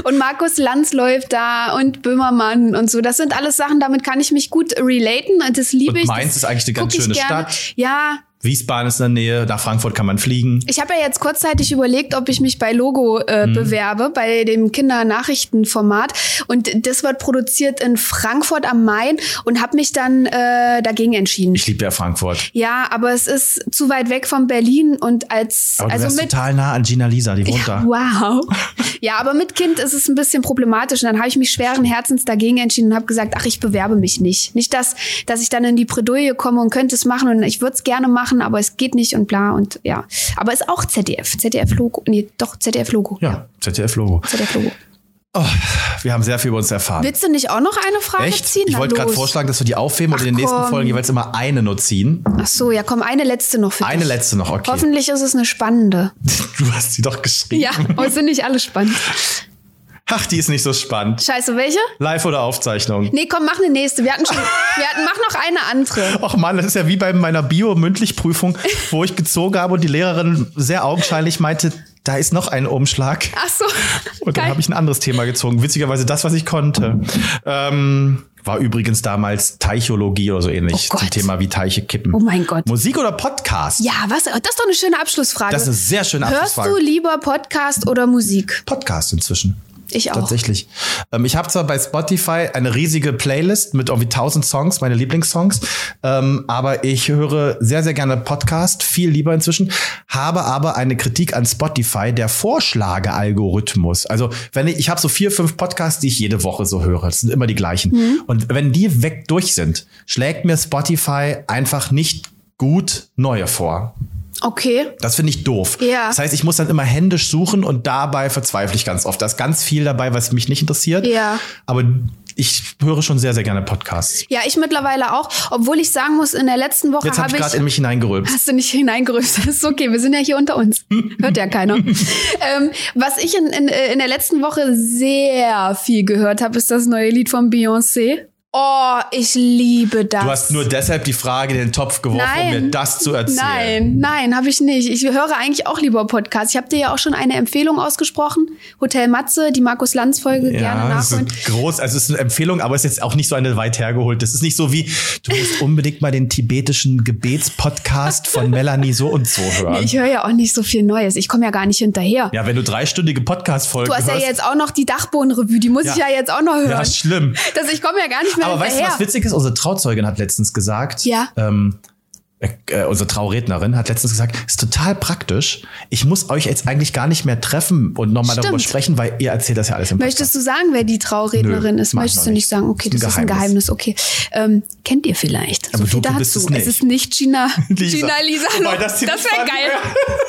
S3: Und Markus Lanz läuft da und Böhmermann und so. Das sind alles Sachen, damit kann ich mich gut relaten und das liebe
S4: Und
S3: ich.
S4: Mainz
S3: das
S4: ist eigentlich eine ganz
S3: guck ich
S4: schöne
S3: gerne.
S4: Stadt.
S3: Ja,
S4: Wiesbaden ist in der Nähe, nach Frankfurt kann man fliegen.
S3: ich habe ja jetzt kurzzeitig überlegt, ob ich mich bei Logo äh,
S4: Hm.
S3: bewerbe, bei dem Kindernachrichtenformat. Und das wird produziert in Frankfurt am Main und habe mich dann äh, dagegen entschieden.
S4: Ich liebe ja Frankfurt.
S3: ja, aber es ist zu weit weg von Berlin und als
S4: Aber du
S3: also
S4: wärst
S3: mit
S4: total nah an Gina Lisa, die wohnt da.
S3: Wow. Ja, aber mit Kind ist es ein bisschen problematisch. Und dann habe ich mich schweren Herzens dagegen entschieden und habe gesagt, ach, ich bewerbe mich nicht. Nicht, dass, dass ich dann in die Bredouille komme und könnte es machen und ich würde es gerne machen, aber es geht nicht und bla und ja. Aber ist auch ZDF. ZDF-Logo. Nee, doch, ZDF-Logo.
S4: Ja, ZDF-Logo.
S3: ZDF-Logo.
S4: Oh, Wir haben sehr viel über uns erfahren.
S3: Willst du nicht auch noch eine Frage
S4: Echt?
S3: ziehen?
S4: Ich
S3: Na
S4: wollte gerade
S3: los.
S4: vorschlagen, dass wir die aufheben und in den nächsten
S3: komm.
S4: Folgen jeweils immer eine nur ziehen.
S3: Ach so, ja, komm, eine letzte noch für
S4: Eine
S3: dich.
S4: letzte noch, okay.
S3: Hoffentlich ist es eine spannende.
S4: Du hast sie doch geschrieben.
S3: Ja, aber es sind nicht alle spannend.
S4: Ach, die ist nicht so spannend.
S3: Scheiße, welche?
S4: Live oder Aufzeichnung?
S3: Nee, komm, mach eine nächste. Wir hatten schon, wir hatten, mach noch eine andere.
S4: Och Mann, das ist ja wie bei meiner Bio-Mündlich-Prüfung, wo ich gezogen habe und die Lehrerin sehr augenscheinlich meinte, da ist noch ein Umschlag.
S3: Ach so.
S4: Und Oh, dann
S3: Geil.
S4: habe ich ein anderes Thema gezogen. Witzigerweise das, was ich konnte. Ähm, war übrigens damals Teichologie oder so ähnlich.
S3: Oh Gott.
S4: zum Thema wie Teiche kippen.
S3: Oh mein Gott.
S4: Musik oder Podcast?
S3: Ja, was? Das ist doch eine schöne Abschlussfrage.
S4: Das ist eine sehr schöne
S3: Hörst
S4: Abschlussfrage.
S3: du lieber Podcast oder Musik?
S4: Podcast inzwischen.
S3: Ich auch.
S4: Tatsächlich. Ähm, ich habe zwar bei Spotify eine riesige Playlist mit irgendwie 1000 Songs, meine Lieblingssongs, ähm, aber ich höre sehr, sehr gerne Podcast, viel lieber inzwischen, habe aber eine Kritik an Spotify, der Vorschlagealgorithmus. Also, wenn ich, ich habe so vier, fünf Podcasts, die ich jede Woche so höre. Das sind immer die gleichen.
S3: Mhm.
S4: Und wenn die weg durch sind, schlägt mir Spotify einfach nicht gut neue vor.
S3: Okay.
S4: Das finde ich doof.
S3: Ja.
S4: Das heißt, ich muss dann immer händisch suchen und dabei verzweifle ich ganz oft. Da ist ganz viel dabei, was mich nicht interessiert.
S3: Ja.
S4: Aber ich höre schon sehr, sehr gerne Podcasts.
S3: Ja, ich mittlerweile auch, obwohl ich sagen muss, in der letzten Woche
S4: Jetzt habe
S3: habe
S4: ich gerade in mich hineingerülpt.
S3: Hast du nicht hineingerüft? Das ist okay. Wir sind ja hier unter uns. Hört ja keiner. ähm, was ich in, in, äh, in der letzten Woche sehr viel gehört habe, ist das neue Lied von Beyoncé. Oh, ich liebe das.
S4: Du hast nur deshalb die Frage in den Topf geworfen, um
S3: Nein.
S4: mir das zu erzählen.
S3: Nein, nein, habe ich nicht. Ich höre eigentlich auch lieber Podcasts. Ich habe dir ja auch schon eine Empfehlung ausgesprochen. Hotel Matze, die Markus Lanz Folge gerne
S4: Ja, das
S3: nachholen.
S4: ist groß, also es ist eine Empfehlung, aber es ist jetzt auch nicht so eine weit hergeholt. Das ist nicht so wie, du musst unbedingt mal den tibetischen Gebetspodcast von Melanie so und so hören.
S3: Nee, ich höre ja auch nicht so viel Neues. Ich komme ja gar nicht hinterher.
S4: ja, wenn du dreistündige Podcast-Folgen
S3: du hast
S4: hörst,
S3: ja jetzt auch noch die Dachbohnenrevue, die muss
S4: Ja.
S3: ich ja jetzt auch noch hören.
S4: ja, ist schlimm.
S3: das, ich komme ja gar nicht mehr
S4: Aber weißt du,
S3: hinterher.
S4: was witzig ist? Unsere Trauzeugin hat letztens gesagt,
S3: Ja.
S4: ähm, äh, unsere Traurednerin hat letztens gesagt, ist total praktisch. Ich muss euch jetzt eigentlich gar nicht mehr treffen und nochmal darüber
S3: Stimmt.
S4: sprechen, weil ihr erzählt das ja alles im
S3: Möchtest du sagen, wer die Traurednerin
S4: Nö,
S3: ist?
S4: mach ich
S3: Möchtest
S4: noch
S3: du nicht
S4: nicht.
S3: sagen? Okay,
S4: Ist
S3: das
S4: ein
S3: ist ein Geheimnis. Okay, ähm, kennt ihr vielleicht?
S4: Aber
S3: viel
S4: du
S3: dazu.
S4: bist es nicht.
S3: Es ist nicht Gina.
S4: Lisa.
S3: Gina Lisa.
S4: Wobei das
S3: das
S4: ziemlich
S3: wäre
S4: funny
S3: geil.
S4: Podcast.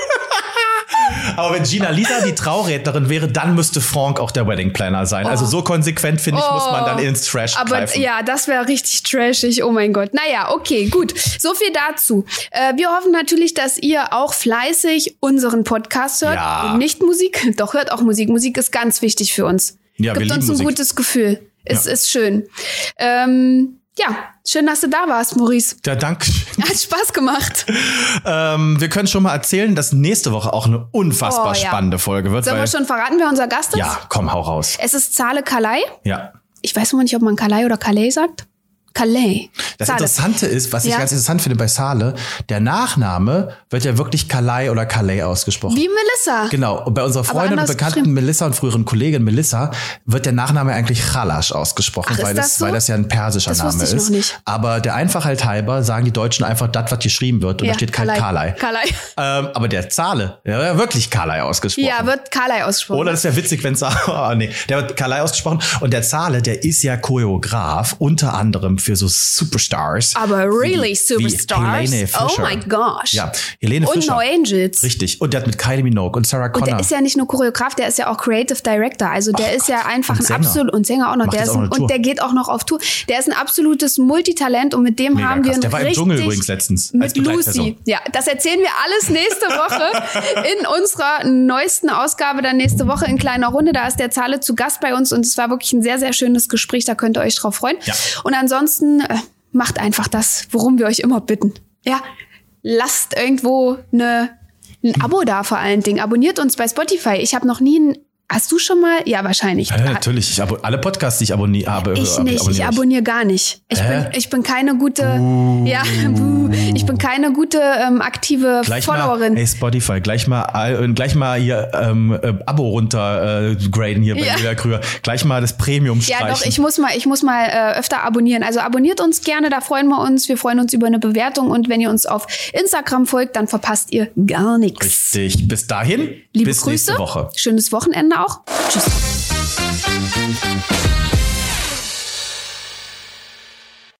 S4: Aber wenn Gina Lisa die Traurednerin wäre, dann müsste Frank auch der Wedding Planner sein. Also so konsequent, finde ich, muss man dann ins Trash
S3: Oh. Aber
S4: greifen.
S3: ja, das wäre richtig trashig. Oh mein Gott. Naja, okay, gut. So viel dazu. Äh, wir hoffen natürlich, dass ihr auch fleißig unseren Podcast hört.
S4: Ja.
S3: Und nicht Musik. Doch, hört auch Musik. Musik ist ganz wichtig für uns.
S4: Ja, wir
S3: Gibt
S4: lieben
S3: uns ein
S4: Musik.
S3: gutes Gefühl. Es
S4: Ja.
S3: ist schön. Ähm, ja, schön, dass du da warst, Maurice.
S4: Ja, danke.
S3: Hat Spaß gemacht.
S4: Ähm, wir können schon mal erzählen, dass nächste Woche auch eine unfassbar
S3: Oh, ja.
S4: spannende Folge wird.
S3: Sollen
S4: Weil,
S3: wir schon verraten, wer unser Gast ist?
S4: ja, komm, hau raus.
S3: Es ist Zale Kalei.
S4: Ja.
S3: Ich weiß immer nicht, ob man Kalei oder Kalei sagt. Kalei.
S4: Das
S3: Zale.
S4: Interessante ist, was ich
S3: Ja.
S4: ganz interessant finde bei Sale, der Nachname wird ja wirklich Kalei oder Kalei ausgesprochen.
S3: Wie Melissa.
S4: Genau, und bei unserer Freundin und
S3: anders
S4: bekannten
S3: geschrieben.
S4: Melissa und früheren Kollegin Melissa wird der Nachname eigentlich Chalasch ausgesprochen,
S3: Ach, ist
S4: weil,
S3: das
S4: das,
S3: so?
S4: weil das ja ein persischer
S3: Das wusste
S4: Name
S3: ich noch
S4: ist.
S3: nicht.
S4: Aber der Einfachheit halber sagen die Deutschen einfach das, was geschrieben wird, und da steht kein Kalei.
S3: Kalei.
S4: Ähm, aber der Zahle, der wird ja wirklich Kalei ausgesprochen.
S3: Ja, wird Kalei ausgesprochen.
S4: Oder das wäre witzig, wenn es. Ah, nee, der wird Kalei ausgesprochen. Und der Zahle, der ist ja Choreograf, unter anderem für so Superstars.
S3: Aber really
S4: wie
S3: Superstars.
S4: Helene
S3: oh
S4: Fischer.
S3: my gosh.
S4: Ja, Helene
S3: Und
S4: Fischer.
S3: No Angels.
S4: Richtig. Und der hat mit Kylie Minogue und Sarah
S3: Und
S4: Connor.
S3: der ist ja nicht nur Choreograf, der ist ja auch Creative Director. Also der ist ja einfach
S4: Und
S3: ein
S4: Sänger.
S3: absolut und Sänger auch noch.
S4: Macht
S3: Der
S4: jetzt
S3: ist
S4: auch
S3: ein,
S4: eine Tour.
S3: und der geht auch noch auf Tour. Der ist ein absolutes Multitalent und mit dem
S4: Mega
S3: haben wir
S4: krass.
S3: einen
S4: Der war im
S3: richtig
S4: Dschungel übrigens letztens, als
S3: mit
S4: Begleitperson.
S3: Lucy. Ja, das erzählen wir alles nächste Woche in unserer neuesten Ausgabe dann nächste Woche in kleiner Runde. Da ist der Zale zu Gast bei uns und es war wirklich ein sehr sehr schönes Gespräch. Da könnt ihr euch drauf freuen.
S4: Ja.
S3: Und ansonsten äh, macht einfach das, worum wir euch immer bitten. Ja, lasst irgendwo eine, ein Abo da vor allen Dingen. Abonniert uns bei Spotify. Ich habe noch nie ein. Hast du schon mal? Ja, wahrscheinlich.
S4: Ja, natürlich. Ich abo alle Podcasts, die also ich abonniere, habe,
S3: Ah. Ich
S4: ab-
S3: nicht, ich abonniere gar nicht. Ich,
S4: Hä?
S3: bin, ich bin keine gute, ja, buh. ich bin keine gute ähm, aktive
S4: Gleich
S3: Followerin.
S4: mal, ey, Spotify, gleich mal, all- äh, gleich mal hier ähm, äh, Abo runter äh, graden hier bei
S3: Ja.
S4: Julia Krüger. Gleich mal das Premium streichen.
S3: ja, doch, ich muss mal, ich muss mal äh, öfter abonnieren. Also abonniert uns gerne, da freuen wir uns. Wir freuen uns über eine Bewertung und wenn ihr uns auf Instagram folgt, dann verpasst ihr gar nichts.
S4: Richtig. Bis dahin,
S3: Liebe
S4: bis
S3: Grüße,
S4: nächste Woche.
S3: schönes Wochenende auch. Tschüss.